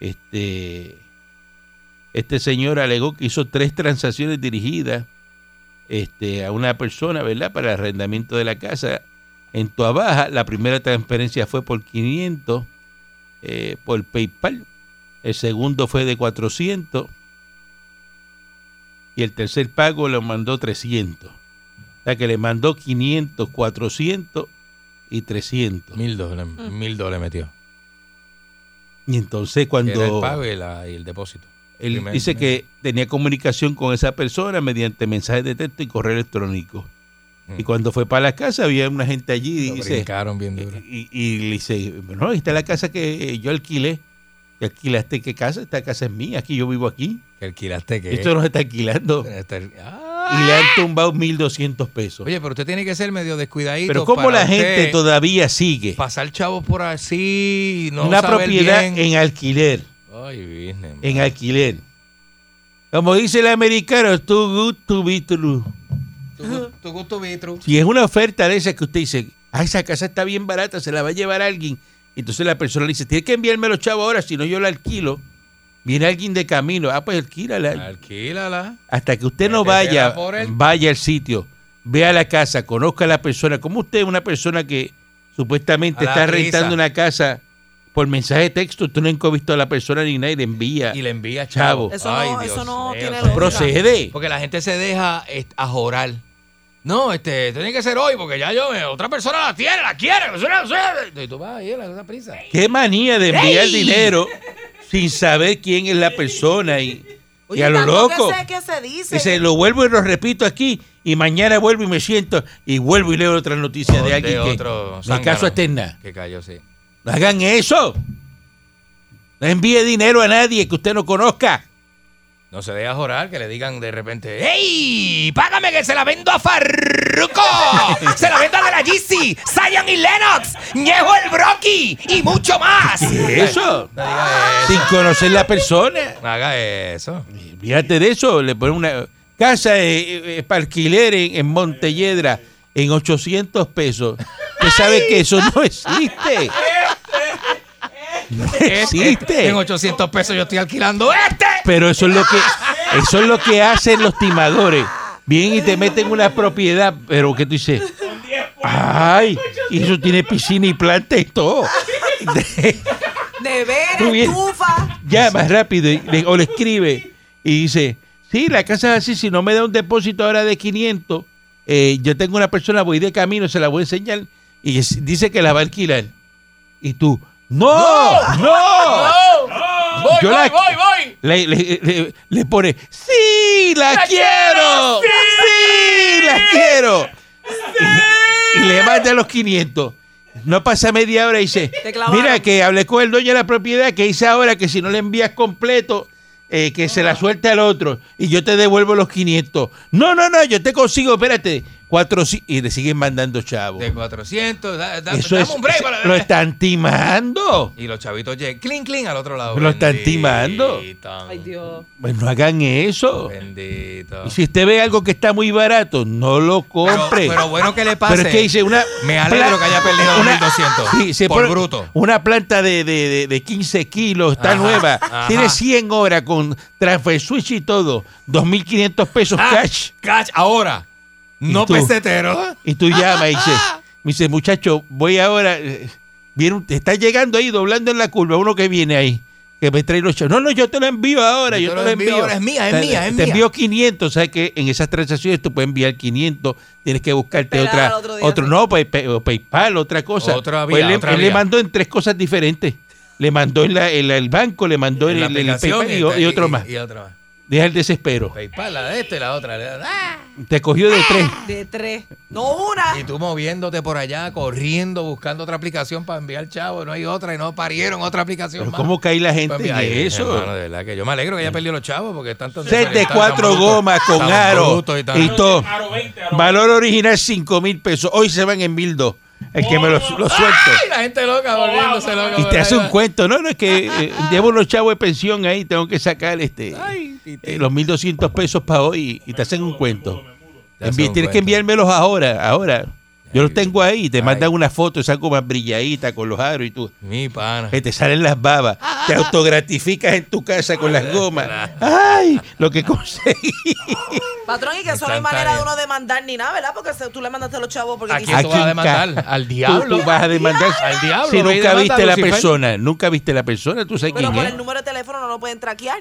S3: Este, este señor alegó que hizo tres transacciones dirigidas este, a una persona, ¿verdad?, para el arrendamiento de la casa, en tu Baja, la primera transferencia fue por 500 eh, por PayPal. El segundo fue de 400. Y el tercer pago lo mandó 300. O sea que le mandó 500, 400 y 300.
S4: Mil dólares,
S3: Mm.
S4: mil dólares metió.
S3: Y entonces
S4: Que era el
S3: cuando
S4: pago y, la- y el depósito.
S3: él
S4: primer
S3: dice
S4: mes.
S3: que tenía comunicación con esa persona mediante mensajes de texto y correo electrónico.
S4: Mm.
S3: Y cuando fue para la casa había una gente allí y
S4: Lo
S3: dice, eh,
S4: brincaron bien duro.
S3: Y, y le dice, no, esta es la casa que eh, yo alquilé. ¿Y alquilaste qué casa? Esta casa es mía, aquí yo vivo aquí.
S4: Que alquilaste que.
S3: Esto nos está alquilando.
S4: Está el- Ah.
S3: Y le han tumbado 1.200 pesos.
S4: Oye, pero usted tiene que ser medio descuidadito.
S3: Pero ¿cómo
S4: para
S3: la gente
S4: usted
S3: todavía sigue
S4: Pasar chavos por así, no
S3: una
S4: saber
S3: propiedad
S4: bien.
S3: en alquiler?
S4: Ay, business,
S3: En
S4: man.
S3: alquiler. Como dice el americano, too good to be true.
S4: Tu, tu gusto vitro.
S3: Si es una oferta de esas que usted dice, ah, esa casa está bien barata, se la va a llevar alguien. Entonces la persona le dice, tiene que enviarme los chavos ahora, si no yo la alquilo. Viene alguien de camino, ah, pues alquílala.
S4: Alquílala.
S3: Hasta que usted no
S4: Métetela
S3: vaya,
S4: por él.
S3: vaya al sitio, vea la casa, conozca a la persona. Como usted es una persona que supuestamente
S4: A la
S3: está
S4: prisa.
S3: rentando una casa por mensaje de texto, usted nunca ha visto a la persona ni nadie le envía.
S4: Y le envía chavo.
S3: Ah. Chavo.
S5: Eso
S4: Ay,
S5: no- eso
S4: Dios
S5: no
S4: mío,
S5: tiene
S4: señor.
S5: lógica.
S3: Procede.
S4: Porque la gente se deja est- ajorar. No, este, tiene que ser hoy, porque ya yo, eh, otra persona la tiene, la quiere, la persona la suele. Y tú vas ahí, la esa prisa.
S3: Qué manía de enviar dinero sin saber quién es la persona y, y
S5: Oye,
S3: a lo
S5: tanto que
S3: loco.
S5: sé que se dice.
S3: Dice, lo vuelvo y lo repito aquí y mañana vuelvo y me siento y vuelvo y leo otra noticia
S4: O
S3: de alguien que
S4: otro
S3: ni
S4: zángano.
S3: caso eterna.
S4: Que cayó, sí.
S3: No hagan eso. No envíe dinero a nadie que usted no conozca.
S4: No se deja jorar que le digan de repente, ¡Ey! ¡Págame que se la vendo a Farruko! ¡Se la vendo a De La Yeezy! ¡Zion y Lennox! ¡Ñejo el Brocky! ¡Y mucho más!
S3: Eso.
S4: No diga eso.
S3: Sin conocer la persona.
S4: No haga eso.
S3: Fíjate de eso. Le ponen una casa eh, eh, para alquiler en, en Montelledra en 800 pesos. Usted sabe que eso no existe. No existe.
S4: este, En 800 pesos yo estoy alquilando este.
S3: Pero eso es lo que eso es lo que hacen los timadores. Bien y te meten una propiedad, pero que tú dices, ay, y eso tiene piscina y planta y todo.
S5: Nevera,
S3: Tú bien.
S5: estufa.
S3: Llama rápido y le- o le escribe y dice, sí, la casa es así, si no me da un depósito ahora de 500, eh, yo tengo una persona, voy de camino, se la voy a enseñar y es- dice que la va a alquilar. Y tú, no, no,
S4: Voy,
S3: Yo
S4: voy,
S3: la-
S4: voy, voy.
S3: Le, le- le- le pone, sí, la, quiero, sí, la quiero. Y, y le manda los 500. No pasa media hora y dice,
S5: Te clavaron.
S3: mira que hablé con el dueño de la propiedad que dice ahora que si no le envías completo, eh, que se la suelta al otro y yo te devuelvo los 500. No, no, no, yo te consigo, espérate, 400. Y le siguen mandando chavos.
S4: De 400. da- da-
S3: Eso
S4: dame
S3: es,
S4: un break para
S3: lo están timando.
S4: Y los chavitos llegan. Clean, clean al otro lado.
S3: Lo están timando.
S5: Ay, Dios.
S3: Pues no hagan eso.
S4: Bendito.
S3: Y si usted ve algo que está muy barato, no lo
S4: Pero,
S3: compre.
S4: pero bueno que le pase.
S3: Pero es que dice una.
S4: Me alegro que haya perdido
S3: una-
S4: 2.200
S3: Sí, se
S4: por
S3: pone
S4: bruto.
S3: Una planta de, de- de- de 15 kilos, está
S4: Ajá,
S3: nueva.
S4: ajá.
S3: Tiene 100 horas con transfer switch y todo. 2.500 pesos
S4: Ah,
S3: cash.
S4: Cash, ahora. No
S3: tú? Ah,
S4: pesetero.
S3: Y tú llamas y dices, me dice, muchacho, voy ahora. eh, Viene un- está llegando ahí, doblando en la curva, uno que viene ahí. Que me trae los chavos. No, no, yo te lo envío ahora. Yo, te lo envío.
S4: ahora, es mía, Ah, es
S3: Te-
S4: mía,
S3: Te
S4: es mía.
S3: envío 500. Sabes que en esas transacciones tú puedes enviar 500. Tienes que buscarte
S5: Esperar
S3: otra.
S5: al
S3: Otro,
S5: otro día, sí.
S3: no, pay- pay- o PayPal, otra cosa.
S4: Otra
S3: Pues
S4: vía,
S3: le-
S4: otra
S3: él le
S4: vía.
S3: mandó en tres cosas diferentes. Le mandó en la- en la- el banco, le mandó en
S4: La
S3: el, el
S4: aplicación este,
S3: PayPal y, y otro más.
S4: Y, otra más.
S3: Deja el desespero.
S4: PayPal, la de este y la otra. le da- ¡Ah!
S3: Te cogió de tres.
S5: De tres. No una.
S4: Y tú moviéndote por allá, corriendo, buscando otra aplicación para enviar chavo. No hay otra y no parieron otra aplicación.
S3: Pero
S4: más.
S3: ¿Cómo cae la gente
S4: Pues,
S3: en
S4: mira, ay,
S3: eso?
S4: hermano, de verdad que yo me alegro que haya perdido los chavos porque están tan
S3: Set de
S4: desorientados,
S3: cuatro
S4: tan brutos,
S3: gomas con
S4: tan
S3: aro
S4: brutos y tan-
S3: y todo. Valor original 5 mil pesos. Hoy se van en mil dos. El que me lo, lo suelto.
S4: Ay, la gente loca volviéndose loca.
S3: Y te hace un
S4: cuento.
S3: cuento. No, no, es que eh, llevo unos chavos de pensión ahí. Tengo que sacar este eh, los 1200 pesos para hoy. Y te hacen un cuento.
S4: Te hacen
S3: Envi- tienes
S4: un cuento.
S3: que enviármelos ahora. Ahora. Yo los
S4: Ay,
S3: tengo ahí. Te
S4: ay.
S3: mandan una foto. Esa goma brilladita con los aros y tú.
S4: Mi pana.
S3: Que te salen las babas. Te autogratificas en tu casa con las gomas. ¡Ay! Lo que conseguí.
S5: Patrón, y que eso no hay
S4: Instantánea.
S5: manera de uno demandar ni nada, ¿verdad? Porque se- tú le mandaste a los chavos porque
S4: ¿A
S5: quisiste-
S4: quién tú vas a
S3: quién ca-
S4: demandar? Al
S3: Tú-
S4: diablo.
S3: Tú, vas a demandar
S4: Al diablo,
S3: si
S4: ve y
S3: nunca
S4: demanda
S3: viste
S4: a
S3: a la
S4: Lucifer.
S3: persona, nunca viste a la persona, tú sabes
S5: Pero
S3: quién
S5: por
S3: es.
S5: el número de teléfono no lo pueden traquear.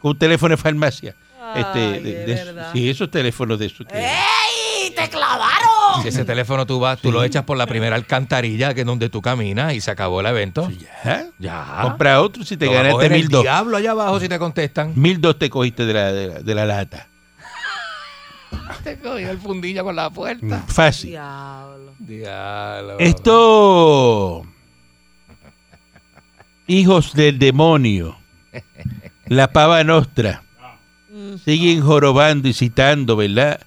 S3: Con un teléfono de farmacia.
S5: Ay,
S3: este,
S5: de
S3: de-
S5: verdad. ¿Eh?
S3: sí, esos teléfonos de esos. que-
S5: ¡Ey! ¡Te clavaron!
S4: Si ese teléfono tú vas, tú lo echas por la primera alcantarilla que es donde tú caminas y se acabó el evento.
S3: Ajá.
S4: Ya.
S3: Compra otro si te
S4: Lo va a
S3: ganaste
S4: coger el
S3: mil dos. Mm.
S4: diablo allá abajo si te contestan.
S3: Mil dos te cogiste de la, de la, de la lata.
S4: Te cogió el fundillo con la puerta.
S3: Fácil.
S5: Diablo.
S3: Mm.
S4: Diablo.
S3: Esto. Hijos del demonio. La pava nostra.
S5: Mm.
S3: Siguen jorobando y citando, ¿verdad?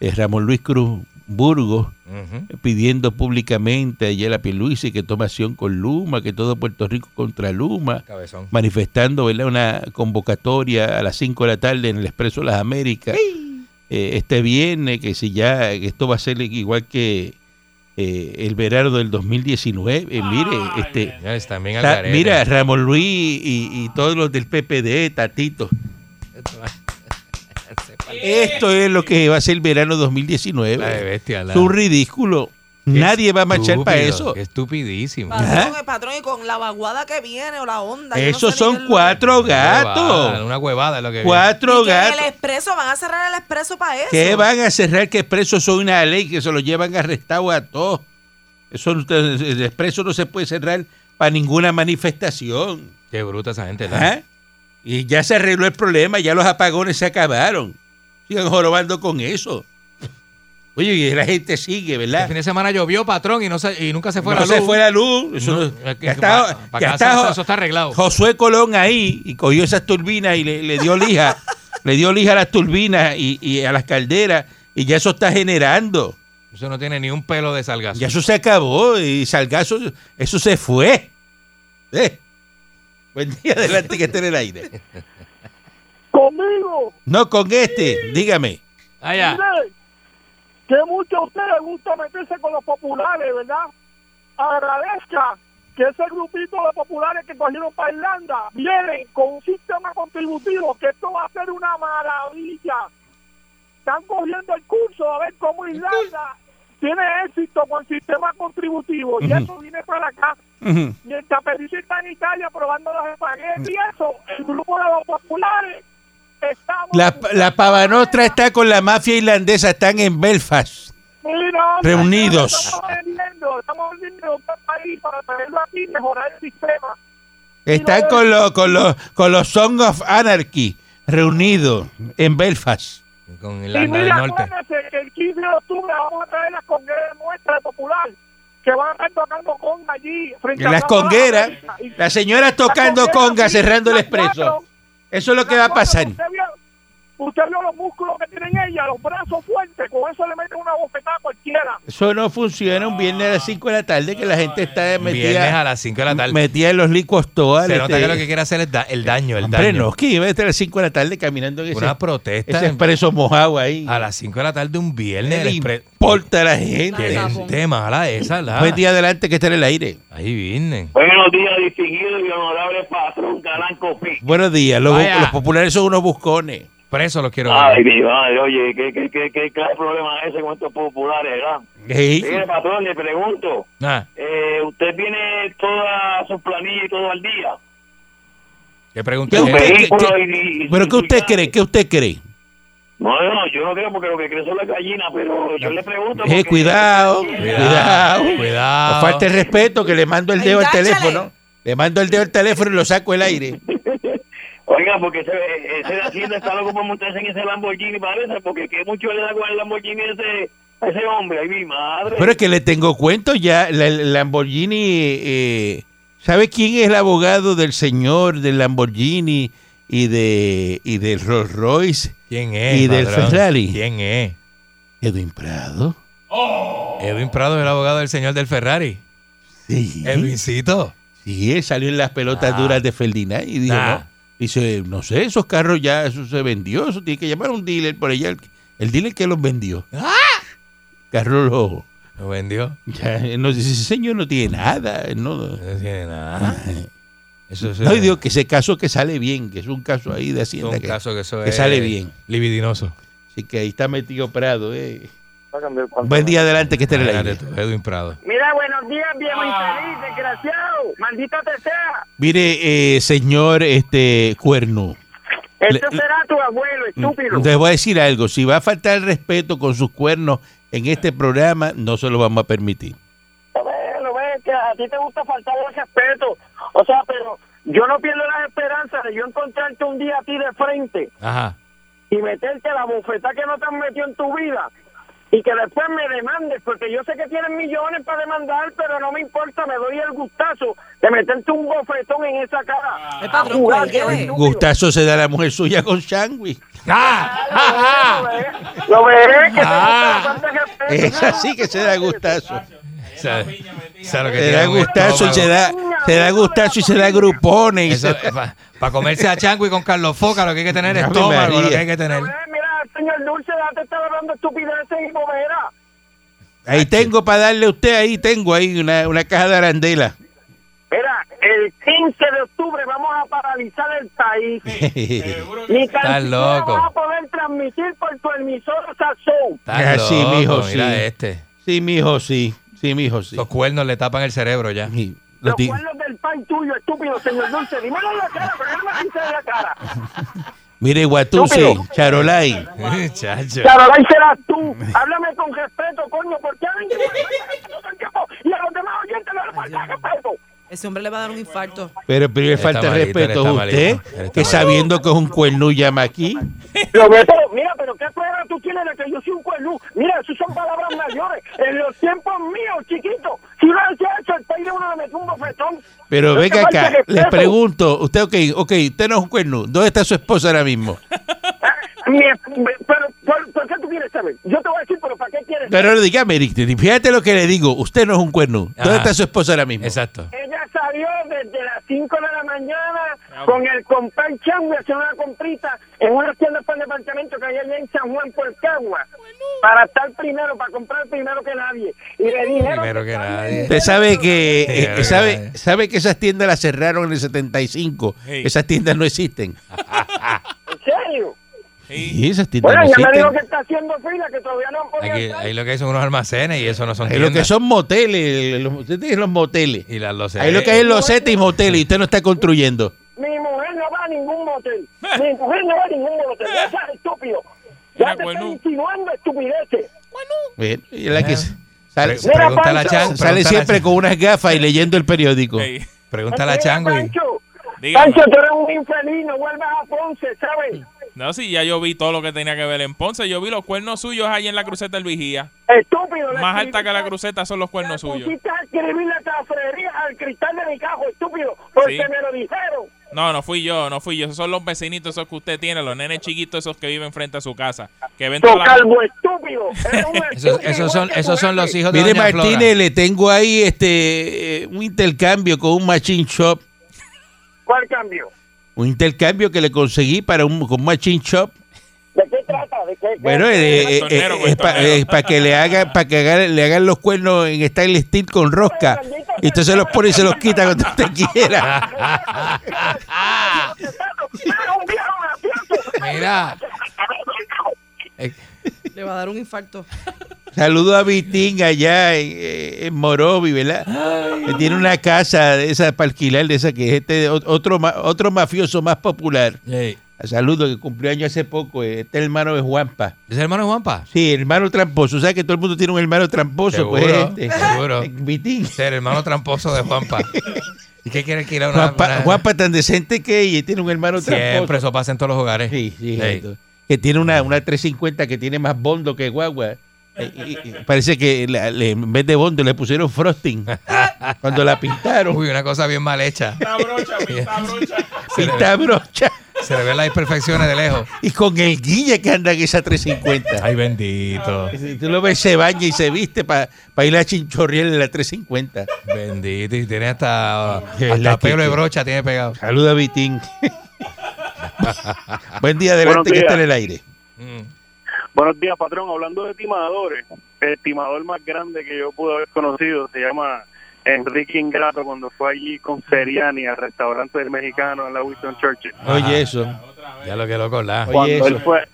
S3: Es Ramón Luis Cruz Burgos
S4: Ujú.
S3: pidiendo públicamente a Yela Pierluisi que tome acción con Luma, que todo Puerto Rico contra Luma,
S4: Cabezón.
S3: manifestando ¿verdad? una convocatoria a las 5 de la tarde en el Expreso de las Américas eh, este viernes, que si ya que esto va a ser igual que eh, el verano del 2019. Eh, mire, este,
S4: Señores, también al
S3: ta-
S4: garete.
S3: mira, Ramón Luis y, y todos los del PPD, Tatito. Esto es lo que va a ser el verano
S4: La de
S3: 2019.
S4: bestia. la-
S3: Es un ridículo.
S4: Qué
S3: Nadie va a marchar para
S4: estúpido,
S3: eso. Ah,
S4: qué estupidísimo.
S5: Patrón, eh, patrón, y con la vaguada que viene o la onda. yo no
S3: Esos
S5: sé ni qué es
S3: son
S5: lo-
S3: cuatro
S4: Huevada,
S3: gatos.
S4: Una huevada es lo que
S3: Cuatro
S5: Y que en el
S3: gatos.
S5: expreso, van a cerrar el expreso para eso.
S3: Que van a cerrar que expresos son una ley que se los llevan arrestado a todos. Eso, no- el expreso no se puede cerrar para ninguna manifestación.
S4: viene. Qué bruta esa gente. ¿verdad?
S3: ¿Ah? Y ya se arregló el problema, ya los apagones se acabaron. Sigan jorobando con eso. Oye, y la gente sigue,
S4: El
S3: ¿verdad?
S4: fin de semana llovió, patrón, y, no se- y nunca se fue
S3: no
S4: la
S3: se
S4: luz.
S3: fue la luz. Eso
S4: No,
S3: no-
S4: es que-
S3: ya
S4: que
S3: está,
S4: pa- pa
S3: ya
S4: casa
S3: está-
S4: eso- eso está arreglado.
S3: Josué Colón ahí y cogió esas turbinas y le, le dio lija. le dio lija a las turbinas y, y a las calderas. Y ya eso está generando.
S4: Eso no tiene ni un pelo de salgazo.
S3: Ya eso se acabó. Y Salgazo, eso se fue. Eh. Buen día, adelante que esté en el aire.
S7: Conmigo,
S3: No con este, dígame. Ah.
S4: Allá.
S7: mire, que mucho a usted le gusta meterse con los populares, ¿verdad? Agradezca que ese grupito de populares que cogieron para Irlanda vienen con un sistema contributivo que esto va a ser una maravilla. Están cogiendo el curso a ver cómo Irlanda tiene éxito con el sistema contributivo y eso viene para acá.
S3: Ujú.
S7: Mientras Pelici está en Italia probando los espaguetis y eso, el grupo de los populares estamos...
S3: La, la pavanostra está con la mafia irlandesa, están en Belfast.
S7: Mira,
S3: Reunidos.
S7: Estamos vendiendo, estamos vendiendo un país para traerlo aquí y mejorar el sistema.
S3: Están con los con los con los Song of Anarchy reunidos en Belfast.
S4: Con
S7: Y
S4: Irlanda del
S7: mira,
S4: Norte.
S7: acuérdense que el 15 de octubre vamos a traer las congueras nuestras popular, que van a estar tocando con allí. Frente
S3: En
S7: a
S3: las
S7: Plaza
S3: congueras,
S7: América. Y-
S3: las señoras tocando
S7: las congueras,
S3: conga
S7: sí,
S3: cerrando el
S7: las
S3: expreso.
S7: cuatro,
S3: Eso es lo que va a
S7: las cuatro,
S3: pasar.
S7: Usted vio, usted vio los músculos que tienen ella, los brazos fuertes, con eso le meten una bofetada a cualquiera.
S3: Eso no funciona un viernes a las 5 de la tarde que la gente está
S4: Viernes a
S3: metida,
S4: las 5 de la tarde.
S3: metida en los licuos toales. este,
S4: Se nota que lo que quiere hacer es da- el daño, el
S3: Hombre,
S4: daño.
S3: no, que iba a estar a las 5 de la tarde caminando en ese,
S4: Una protesta
S3: ese expreso mojado ahí.
S4: a las 5 de la tarde un viernes.
S3: ¿Qué
S4: el
S3: le
S4: expre-
S3: importa a la
S4: Qué
S3: gente?
S5: Nada.
S4: gente mala esa, la.
S3: Buen día adelante que está en el aire.
S4: Ahí vienen.
S8: Buenos días, distinguido y honorable patrón Galán Copí.
S3: Buenos días. Los,
S4: Vaya.
S3: los populares son unos buscones.
S4: Preso los quiero
S8: Ay,
S4: ver.
S8: mi madre, oye, ¿qué, qué, qué, qué clase de problema es ese con estos populares, verdad?
S3: Ey.
S8: Mire, patrón, le pregunto,
S4: Ah,
S8: eh, ¿usted tiene todas sus planillas y todo al día?
S4: ¿Qué
S3: ¿Qué
S4: pregunta?
S8: Su
S3: usted-
S4: es?
S8: vehículo
S3: qué-
S8: y- y-
S3: ¿Pero
S8: y
S3: qué
S8: su
S3: usted
S8: carro.
S3: cree? ¿Qué usted cree?
S8: No, no, yo no creo porque lo que cree son las gallinas, pero yo le pregunto...
S3: Eh,
S8: porque-
S3: cuidado,
S4: Cuidado.
S3: cuidado.
S4: Cuidado.
S3: No falte el respeto que le mando el dedo al
S5: Engáchale.
S3: teléfono. Le mando el dedo al teléfono y lo saco el aire.
S8: Oiga, porque ese, ese de Hacienda está loco por montarse en ese Lamborghini, parece, porque que mucho le da con el Lamborghini a ese, a ese hombre, ay, mi madre.
S3: Pero es que le tengo cuento ya. La, el Lamborghini. eh, ¿Sabe quién es el abogado del señor del Lamborghini y de y del Rolls Royce?
S4: ¿Quién es?
S3: Y del
S4: padrón?
S3: Ferrari.
S4: ¿Quién es?
S3: Edwin Prado.
S4: Edwin Prado es el abogado del señor del Ferrari.
S3: Sí.
S4: Edwincito.
S3: Sí, él salió en las pelotas
S4: Ah.
S3: duras de Ferdinand y dijo,
S4: Ah.
S3: no. Dice, no sé, esos carros ya, eso se vendió, eso tiene que llamar a un dealer por allá. El, el dealer que los vendió.
S4: ¡Ah!
S3: Carro rojo.
S4: Lo vendió.
S3: Ya, él nos dice, ese señor no tiene nada. él No,
S4: No tiene nada. Eso, eso
S3: no y
S4: es-
S3: digo que ese caso que sale bien, que es un caso ahí de Hacienda.
S4: un
S3: que-
S4: caso que eso
S3: que
S4: es
S3: sale bien.
S4: Libidinoso.
S3: Así que ahí está metido Prado. eh. Buen día adelante que esté en Este el
S4: Dale
S3: aire.
S4: tú, Edwin Prado.
S7: Mira, buenos días, viejo infeliz, desgraciado. Maldita te sea.
S3: Mire, eh, señor este cuerno.
S7: Esto
S3: Le-
S7: será tu abuelo, estúpido.
S3: Les voy a decir algo. Si va a faltar el respeto con sus cuernos en este programa, no se lo vamos a permitir.
S7: Bueno, ves que a ti te gusta faltar el respeto. O sea, pero yo no pierdo las esperanzas de yo encontrarte un día a ti de frente
S4: Ajá.
S7: y meterte la bofetada que no te han metido en tu vida y que después me demandes, porque yo sé que tienes millones para demandar, pero no me importa, me doy el gustazo de meterte un bofetón en esa
S3: Ah.
S7: cara.
S5: Es patrón,
S7: Jugar,
S5: ¿por qué?
S7: estúpido.
S3: Gustazo se da la mujer suya con sándwich.
S7: Lo veré, lo veré, que te gusta faltar de
S3: Ah.
S7: respeto.
S3: Es así que se da gustazo.
S4: O sea, o sea, lo que
S3: Se
S4: tiene
S3: da
S4: en el
S3: gustazo y se
S4: estómago.
S3: da, se da gustazo y se da grupones. y se-
S4: Para comerse a Changui con Carlos Foca, lo que hay que tener es
S3: Ave
S4: estómago, lo
S3: María.
S4: que hay que tener.
S7: Eh, Mira, señor Dulce, date estar hablando estupideces y boberas.
S3: Ahí tengo para darle a usted, ahí tengo ahí una, una caja de arandela.
S7: Mira, el 15 de octubre vamos a paralizar el país. Ni
S4: Estás
S7: tan siquiera
S4: loco.
S7: vas a poder transmitir por tu emisora Sazón.
S4: Está
S3: Así,
S4: loco,
S3: mijo,
S4: Mira
S3: sí.
S4: este.
S3: Sí, mijo, sí. Sí, mijo, sí.
S4: Los cuernos le tapan el cerebro ya.
S3: Sí, lo
S7: Los
S3: ti-
S7: cuernos del pan tuyo, estúpido, señor Dulce. Dímelo en la cara, pero no me dices en la cara.
S3: Mire, Guatuse,
S7: Estúpido.
S3: Charolay.
S4: Chacho.
S7: Carolay, serás tú. Háblame con respeto, coño, porque a mí me falta todo el tiempo y a los demás oyentes no les falta respeto.
S5: Ese hombre le va a dar un infarto.
S3: Pero, pero le
S4: Está
S3: falta
S4: malito,
S3: respeto
S4: está
S3: a usted,
S4: malito, está
S3: que
S4: malito.
S3: sabiendo que es un cuerno llama aquí.
S7: Roberto, mira, pero qué prueba tú tienes de que yo soy un cuerno. Mira, eso son palabras mayores. En los tiempos míos, chiquito, si lo han hecho, el país de uno le metió un bofetón.
S3: Pero
S7: No te
S3: venga
S7: falta
S3: acá, les
S7: respeto.
S3: pregunto, usted, ok, ok, usted no es un cuerno. ¿Dónde está su esposa ahora mismo?
S7: Ah, mi es- me- pero, ¿por, por qué tú quieres saber? Yo te voy a decir, pero ¿para qué quieres?
S3: No, no, dígame, Eric, fíjate lo que le digo. Usted no es un cuerno. ¿Dónde
S4: Ajá.
S3: está su esposa ahora mismo?
S4: Exacto.
S7: Ella salió desde las 5 de la mañana con el compán Changui a hacer una comprita en una tienda para el departamento que hay allá en San Juan, por Cagua. para estar primero, para comprar primero que nadie. Y le dijeron
S4: Primero que nadie.
S3: Usted sabe que,
S4: Sí,
S3: eh,
S4: claro que
S3: sabe,
S4: sí.
S3: sabe que esas tiendas las cerraron en el 75.
S2: Sí.
S3: Esas tiendas no existen.
S7: ¿En serio?
S3: Y esas tiendas
S7: Bueno,
S3: no
S7: ya me dijo que
S3: existen.
S7: está haciendo fila, que todavía no han podido
S4: Aquí-
S3: eh.
S7: entrar.
S4: ahí lo que hay son unos almacenes y eso no son
S3: Ahí lo que
S4: tiendas.
S3: son moteles, los, usted tiene los moteles.
S4: Y eh, las losetas.
S3: Ahí lo que hay es losetas y moteles y usted no está construyendo.
S7: Mi mujer no va a ningún motel. Mi mujer no va a ningún motel. Ya sabes, estúpido. Ya
S2: Mira,
S7: te
S2: bueno.
S7: estoy insinuando estupideces.
S3: Bueno, y la que s- sale,
S4: Ah. Pre- Pregúntale a Chan.
S7: Pancho.
S3: sale
S4: pregúntale a
S3: siempre
S4: Chan-
S3: con unas gafas y leyendo el periódico.
S2: Ey,
S4: Pregúntale a
S7: Mira,
S4: Chango. y-
S7: Pancho,
S2: dígame.
S7: Pancho, tú eres un infeliz, no vuelvas a Ponce, ¿sabes?
S2: No, sí, ya yo vi todo lo que tenía que ver en Ponce. Yo vi los cuernos suyos ahí en la cruceta del Vigía.
S7: Estúpido. le
S2: Más alta
S7: escribiste-
S2: que la cruceta son los cuernos
S7: le
S2: suyos.
S7: pusiste a escribir la cafrería al cristal de mi cajo, estúpido, porque
S2: Sí.
S7: me lo dijeron.
S2: No, no fui yo, no fui yo. Esos son los vecinitos esos que usted tiene, los nenes chiquitos esos que viven frente a su casa. Que ven toda
S7: Tu
S2: la-
S7: calvo estúpido. Eres un
S4: Esos,
S7: estúpido
S4: esos son,
S7: igual que este
S4: esos
S7: tu
S4: son los
S7: jefe.
S4: hijos de
S3: Mire
S4: Doña Flora.
S3: Martínez, le tengo ahí este eh, un intercambio con un machine shop.
S7: ¿Cuál cambio?
S3: Un intercambio que le conseguí para un con machine shop.
S7: ¿De qué trata? ¿De qué, qué-
S3: Bueno, eh, eh,
S2: Tornero,
S3: eh,
S2: güey,
S3: es para
S2: tornero.
S3: que le hagan, para que haga- le hagan los cuernos en stainless steel con rosca. Y usted se los pone y se los quita cuando usted quiera.
S7: Ah, un viejo gracioso.
S4: Mira. Eh,
S5: Le va a dar un infarto.
S3: Saludo a Vitín allá en, eh, en Morovi, ¿verdad? Que tiene una casa de esa para alquilar, de esa que es este o- otro ma- otro mafioso más popular. Ah,
S4: ey,
S3: Saludo que cumplió año hace poco, eh, este hermano de Juanpa.
S4: ¿Es el hermano de Juanpa?
S3: Sí, hermano tramposo. ¿Sabes que todo el mundo tiene un hermano tramposo? Pues
S4: Seguro,
S3: este.
S4: seguro.
S3: Vitín.
S4: Es el hermano tramposo de Juanpa. ¿Y qué quiere que ir a una,
S3: Juanpa,
S4: una-
S3: Juanpa tan decente que ella tiene un hermano
S4: Siempre
S3: tramposo.
S4: eso pasa en todos los hogares.
S3: Sí, sí,
S4: Ey.
S3: exacto. Que tiene una, una 350 que tiene más bondo que guagua. Eh, y- y parece que la- le- en vez de bondo le pusieron frosting cuando la pintaron.
S4: Uy, una cosa bien mal hecha.
S2: Pinta brocha, pinta brocha.
S3: Pinta brocha.
S4: Se le ven las imperfecciones de lejos.
S3: Y con el guille que anda en esa 350.
S4: Ay, bendito.
S3: Si Tú lo ves, se baña y se viste para ir a chinchorriel en la 350.
S4: Bendito. Y tiene hasta,
S3: Qué
S4: hasta
S3: lástima.
S4: pelo de brocha, tiene pegado.
S3: Saluda, Vitín. Buen día, adelante
S8: Buenos
S3: que
S8: días.
S3: está en el aire.
S4: Mm.
S8: Buenos días, patrón. Hablando de timadores, el timador más grande que yo pude haber conocido se llama Enrique Ingrato cuando fue allí con Seriani al restaurante del mexicano en la Wilson Churchill.
S4: Ah,
S3: Oye, eso.
S4: Ya lo que loco, la.
S3: Oye,
S8: Cuando él
S3: eso.
S8: fue,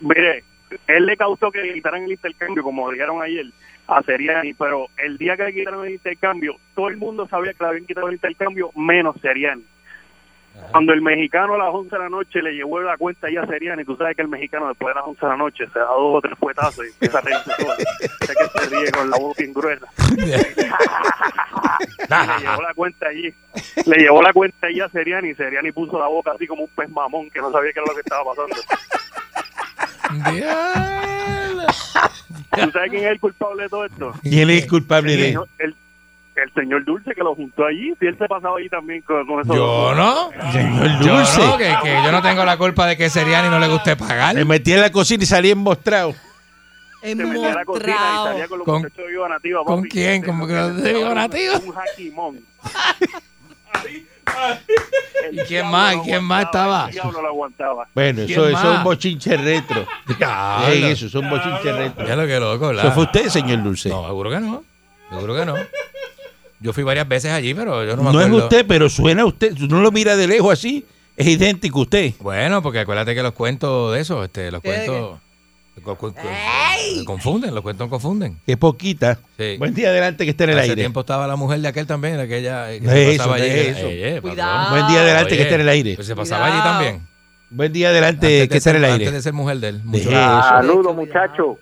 S8: mire, él le causó que le quitaran el intercambio, como dijeron ayer, a Seriani, pero el día que le quitaron el intercambio, todo el mundo sabía que le habían quitado el intercambio, menos Seriani. Cuando el mexicano a las 11 de la noche le llevó la cuenta ya a Seriani, tú sabes que el mexicano después de las 11 de la noche se da dos o tres puetazos y empieza a reírse solo. O sea que se ríe con la voz bien gruesa. Y le llevó la cuenta allí. Le llevó la cuenta allí a Seriani y Seriani puso la boca así como un pez mamón que no sabía qué era lo que estaba pasando.
S4: Diablo.
S8: ¿Tú sabes quién es el culpable de todo esto?
S3: ¿Quién es el culpable
S8: El,
S3: de
S8: señor- el- el señor Dulce que lo juntó allí. Si él se pasaba allí también con, con esos
S4: Yo
S8: dos.
S4: no.
S3: Señor
S4: Yo
S3: Dulce.
S4: no, que, que yo no tengo la culpa de que Seriani no le guste pagar.
S3: Me metí en la cocina y salí embostrado.
S8: Se metía a la cocina y salía
S5: Enmostrado.
S8: con los
S4: ¿Con-
S8: muchachos de Viva Nativa.
S4: con
S8: papi.
S4: quién? ¿Con- con- de Viva Nativa?
S8: Un jaquimón.
S4: ¿Y quién más?
S8: El diablo lo
S4: ¿Quién más
S8: aguantaba,
S4: estaba?
S8: El diablo lo aguantaba.
S3: Bueno,
S4: ¿Quién
S3: eso, eso es
S4: más?
S3: un bochinche retro.
S4: Diablo.
S3: Ey, eso, son bochinche retro.
S4: Ya lo que loco, la.
S3: ¿Eso fue usted, señor Dulce?
S4: No, seguro que no. Seguro que no. Yo fui varias veces allí, pero yo no me
S3: No
S4: acuerdo.
S3: es usted, pero suena a usted. No lo mira de lejos así. Es idéntico a usted.
S4: Bueno, porque acuérdate que los cuentos de eso, este, los
S5: ¿Qué, de
S4: cuentos. los cu- cu- Confunden, los cuentos confunden.
S3: Qué poquita.
S4: Sí.
S3: Buen día, adelante que está en el
S4: Hace
S3: aire.
S4: tiempo estaba la mujer de aquel también, aquella que
S3: No
S4: se
S3: es
S4: pasaba
S3: eso,
S4: allí.
S3: no es
S4: que-
S3: eso.
S4: Ey, ey, patrón.
S5: Cuidado.
S3: Buen día, adelante
S4: Oye,
S3: que está en el aire.
S4: pues se pasaba allí
S5: Cuidado.
S4: también.
S3: Buen día, adelante
S4: Antes
S3: que está en el
S4: ser-
S3: aire.
S4: Antes de ser mujer de él.
S3: Deje
S4: Mucho
S3: eso.
S7: Saludos, muchachos.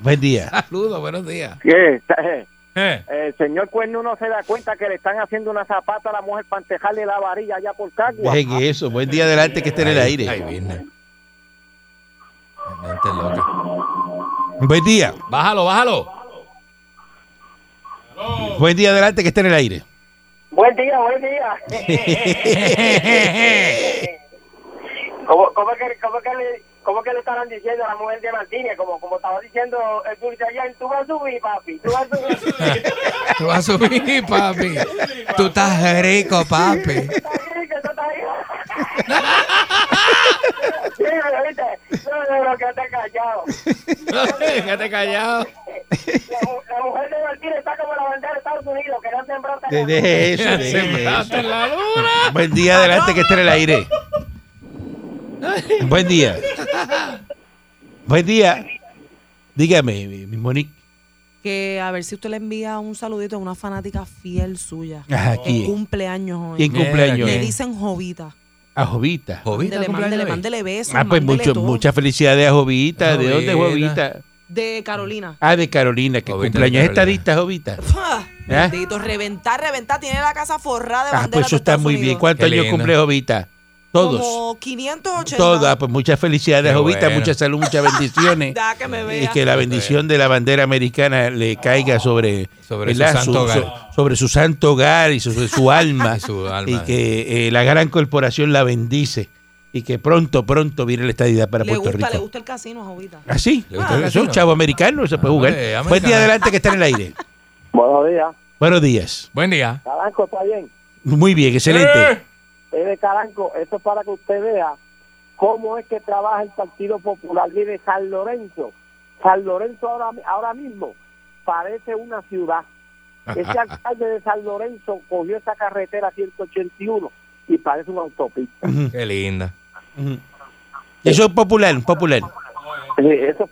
S3: Buen día.
S4: Saludos, buenos días.
S7: ¿Qué? Eh,
S4: Eh,
S7: El señor Cuerno no se da cuenta que le están haciendo una zapata a la mujer para entejarle la varilla allá por Cagua.
S3: Dejen eso. Buen día, adelante que está en el
S4: ay,
S3: aire.
S4: Ay, business. Gente loca.
S3: Buen día.
S4: Bájalo, bájalo.
S3: Buen día, adelante que está en el aire.
S7: Buen día, buen día. ¿Cómo, cómo es que, cómo es que le, cómo es que le estarán diciendo a la mujer de Martínez? Como, como estaba diciendo el dulce ayer, tú vas a subir, papi, tú vas a subir.
S4: Tú vas a subir, papi. Tú estás rico, papi.
S7: Está rico, eso está rico. Sí, ¿viste? No,
S9: negro, quédate callado.
S4: Quédate callado.
S9: La, la mujer de Martínez está como la bandera de Estados Unidos, que no sembró hasta
S3: De-
S9: la-
S3: Deje eso, deje
S4: Sembraste
S3: eso.
S4: en la luna.
S3: Buen día, adelante que esté en el aire. Buen día. Buen día. Dígame, mi mi Monique.
S5: Que a ver si usted le envía un saludito a una fanática fiel suya.
S3: Ajá,
S5: Que
S3: ¿quién?
S5: cumpleaños hoy.
S3: ¿Quién
S4: Mira,
S3: cumpleaños?
S5: Le
S4: ¿quién?
S5: dicen Jovita.
S3: A Jovita.
S4: Jovita,
S5: Mándele,
S4: cumpleaños
S5: mándele,
S4: hoy.
S5: mándele besos.
S3: Ah, pues
S5: mándele
S3: mucho,
S5: todo.
S3: muchas felicidades a Jovita.
S4: A
S3: ¿De dónde es
S4: Jovita.
S3: Jovita?
S5: De Carolina.
S3: Ah, de Carolina, que
S4: Jovita de
S3: cumpleaños es
S4: Carolina.
S3: estadista, Jovita.
S5: ¡Pah!
S3: ¿Eh?
S5: Bendito, reventar, reventar. Tiene la casa forrada de
S3: Ah,
S5: bandera.
S3: pues eso está muy bien. ¿Cuántos
S4: Qué
S3: años
S4: lindo.
S3: cumple Jovita? Todos.
S5: Como 580.
S3: Todos. Ah, pues muchas felicidades,
S4: Qué
S3: Jovita.
S4: bueno.
S3: Mucha salud, muchas bendiciones.
S5: Da que me
S3: Y
S5: vea.
S3: que la bendición de la bandera americana le caiga sobre,
S4: Sobre su
S3: ¿verdad?
S4: santo hogar.
S3: sobre su santo hogar y sobre su alma.
S4: Y su alma.
S3: Y que eh, la gran corporación la bendice. Y que pronto, pronto viene la estadidad para
S5: le
S3: Puerto
S5: gusta, le
S3: Rico. ¿Ah,
S5: gusta el casino, Jovita.
S3: Así.
S4: ¿Le gusta el
S3: Es un
S4: casino?
S3: chavo americano, se puede
S4: Ah,
S3: jugar.
S4: eh,
S3: Buen
S4: americano.
S3: día adelante que está en el aire.
S9: Buenos días.
S3: Buenos días.
S4: Buen día.
S9: Caranco, ¿está bien?
S3: Muy bien, excelente.
S4: Eh.
S9: Es de Caranco, esto es para que usted vea cómo es que trabaja el Partido Popular. Mire, San Lorenzo, San Lorenzo ahora, ahora mismo parece una ciudad. Ese alcalde de San Lorenzo cogió esa carretera 181 y parece una autopista.
S3: Ujú,
S4: Qué linda.
S3: ujú. Eso es popular, popular.
S9: Eh, Eso,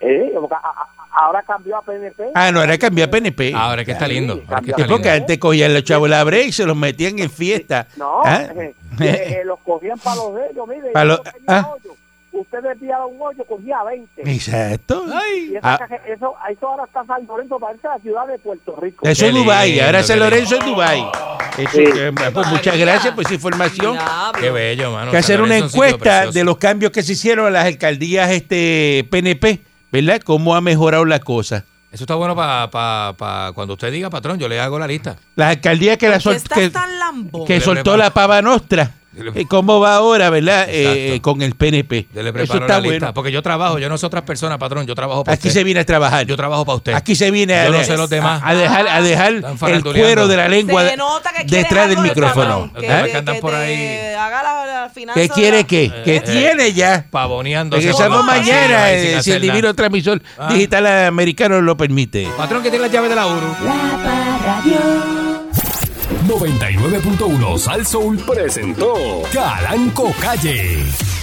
S9: eh, porque a- a- ahora cambió a PNP.
S3: Ah, no, ahora cambió a PNP.
S4: Ah, Ahora es que está lindo. Ahora es que
S3: Sí,
S4: está
S3: porque
S4: lindo.
S3: antes cogían los chavos la break y se los metían en fiesta.
S9: No,
S3: ¿Ah?
S9: eh, eh, eh, los cogían para los de ellos, mire.
S3: Pa' los-
S9: yo tenía
S3: ah.
S9: hoyo. Usted desviaba un hoyo, cogía 20.
S3: Exacto.
S9: Y esa
S3: Ah,
S9: caje- eso, eso ahora está San Lorenzo, parece la ciudad de Puerto Rico.
S3: eso es
S4: Qué
S3: Dubái,
S4: lindo,
S3: ahora
S4: qué
S3: San
S4: lindo.
S3: Lorenzo es Dubái. Eso,
S9: Sí.
S3: eh, pues, muchas gracias por esa información.
S5: Diablo.
S4: Qué bello, mano.
S3: Que
S4: San
S3: hacer una
S4: Lorenzo es un sitio
S3: encuesta
S4: precioso.
S3: de los cambios que se hicieron a las alcaldías este PNP, ¿verdad? ¿Cómo ha mejorado la cosa?
S4: Eso está bueno para cuando usted diga, patrón, yo le hago la lista.
S3: Las alcaldías que la
S5: ¿Por qué
S3: sol-
S5: estás
S3: que-
S5: tan lambón?
S3: que
S4: Yo le
S3: soltó
S4: preparo-
S3: la pava nostra.
S4: Yo le-
S3: Eh, ¿Cómo va ahora, verdad? Eh,
S4: Exacto.
S3: eh, con el PNP.
S4: Yo le
S3: Eso
S4: preparo
S3: está
S4: la lista.
S3: bueno.
S4: Porque yo trabajo, yo no soy otras personas, patrón. Yo trabajo para
S3: Aquí
S4: usted.
S3: se viene a trabajar.
S4: Yo trabajo para usted.
S3: Aquí se viene a,
S4: Yo no
S3: de-
S4: sé los demás.
S3: a- a dejar, a dejar
S4: Están
S3: el
S4: faranduleando.
S3: cuero de la lengua
S5: Se nota que quieres
S3: detrás del
S5: algo de
S3: micrófono.
S5: cabrón,
S4: Los
S5: Que,
S4: demás
S3: ¿eh?
S5: te-
S4: que andan
S5: que
S4: por
S5: te
S4: ahí.
S5: haga la, la finanza
S3: ¿Qué
S5: de
S3: quiere
S5: la-
S3: qué? ¿Qué
S4: eh,
S3: tiene ya?
S4: Pavoneando.
S3: Regresamos
S5: no,
S3: mañana,
S4: Sin-
S3: eh,
S4: sin
S3: si el
S4: hacer nada.
S3: divino transmisor
S4: Ah.
S3: digital americano lo permite.
S4: Patrón, que tiene las llaves de la URU.
S6: La Parradio.
S1: 99.1 Sal Soul presentó Calanco Calle.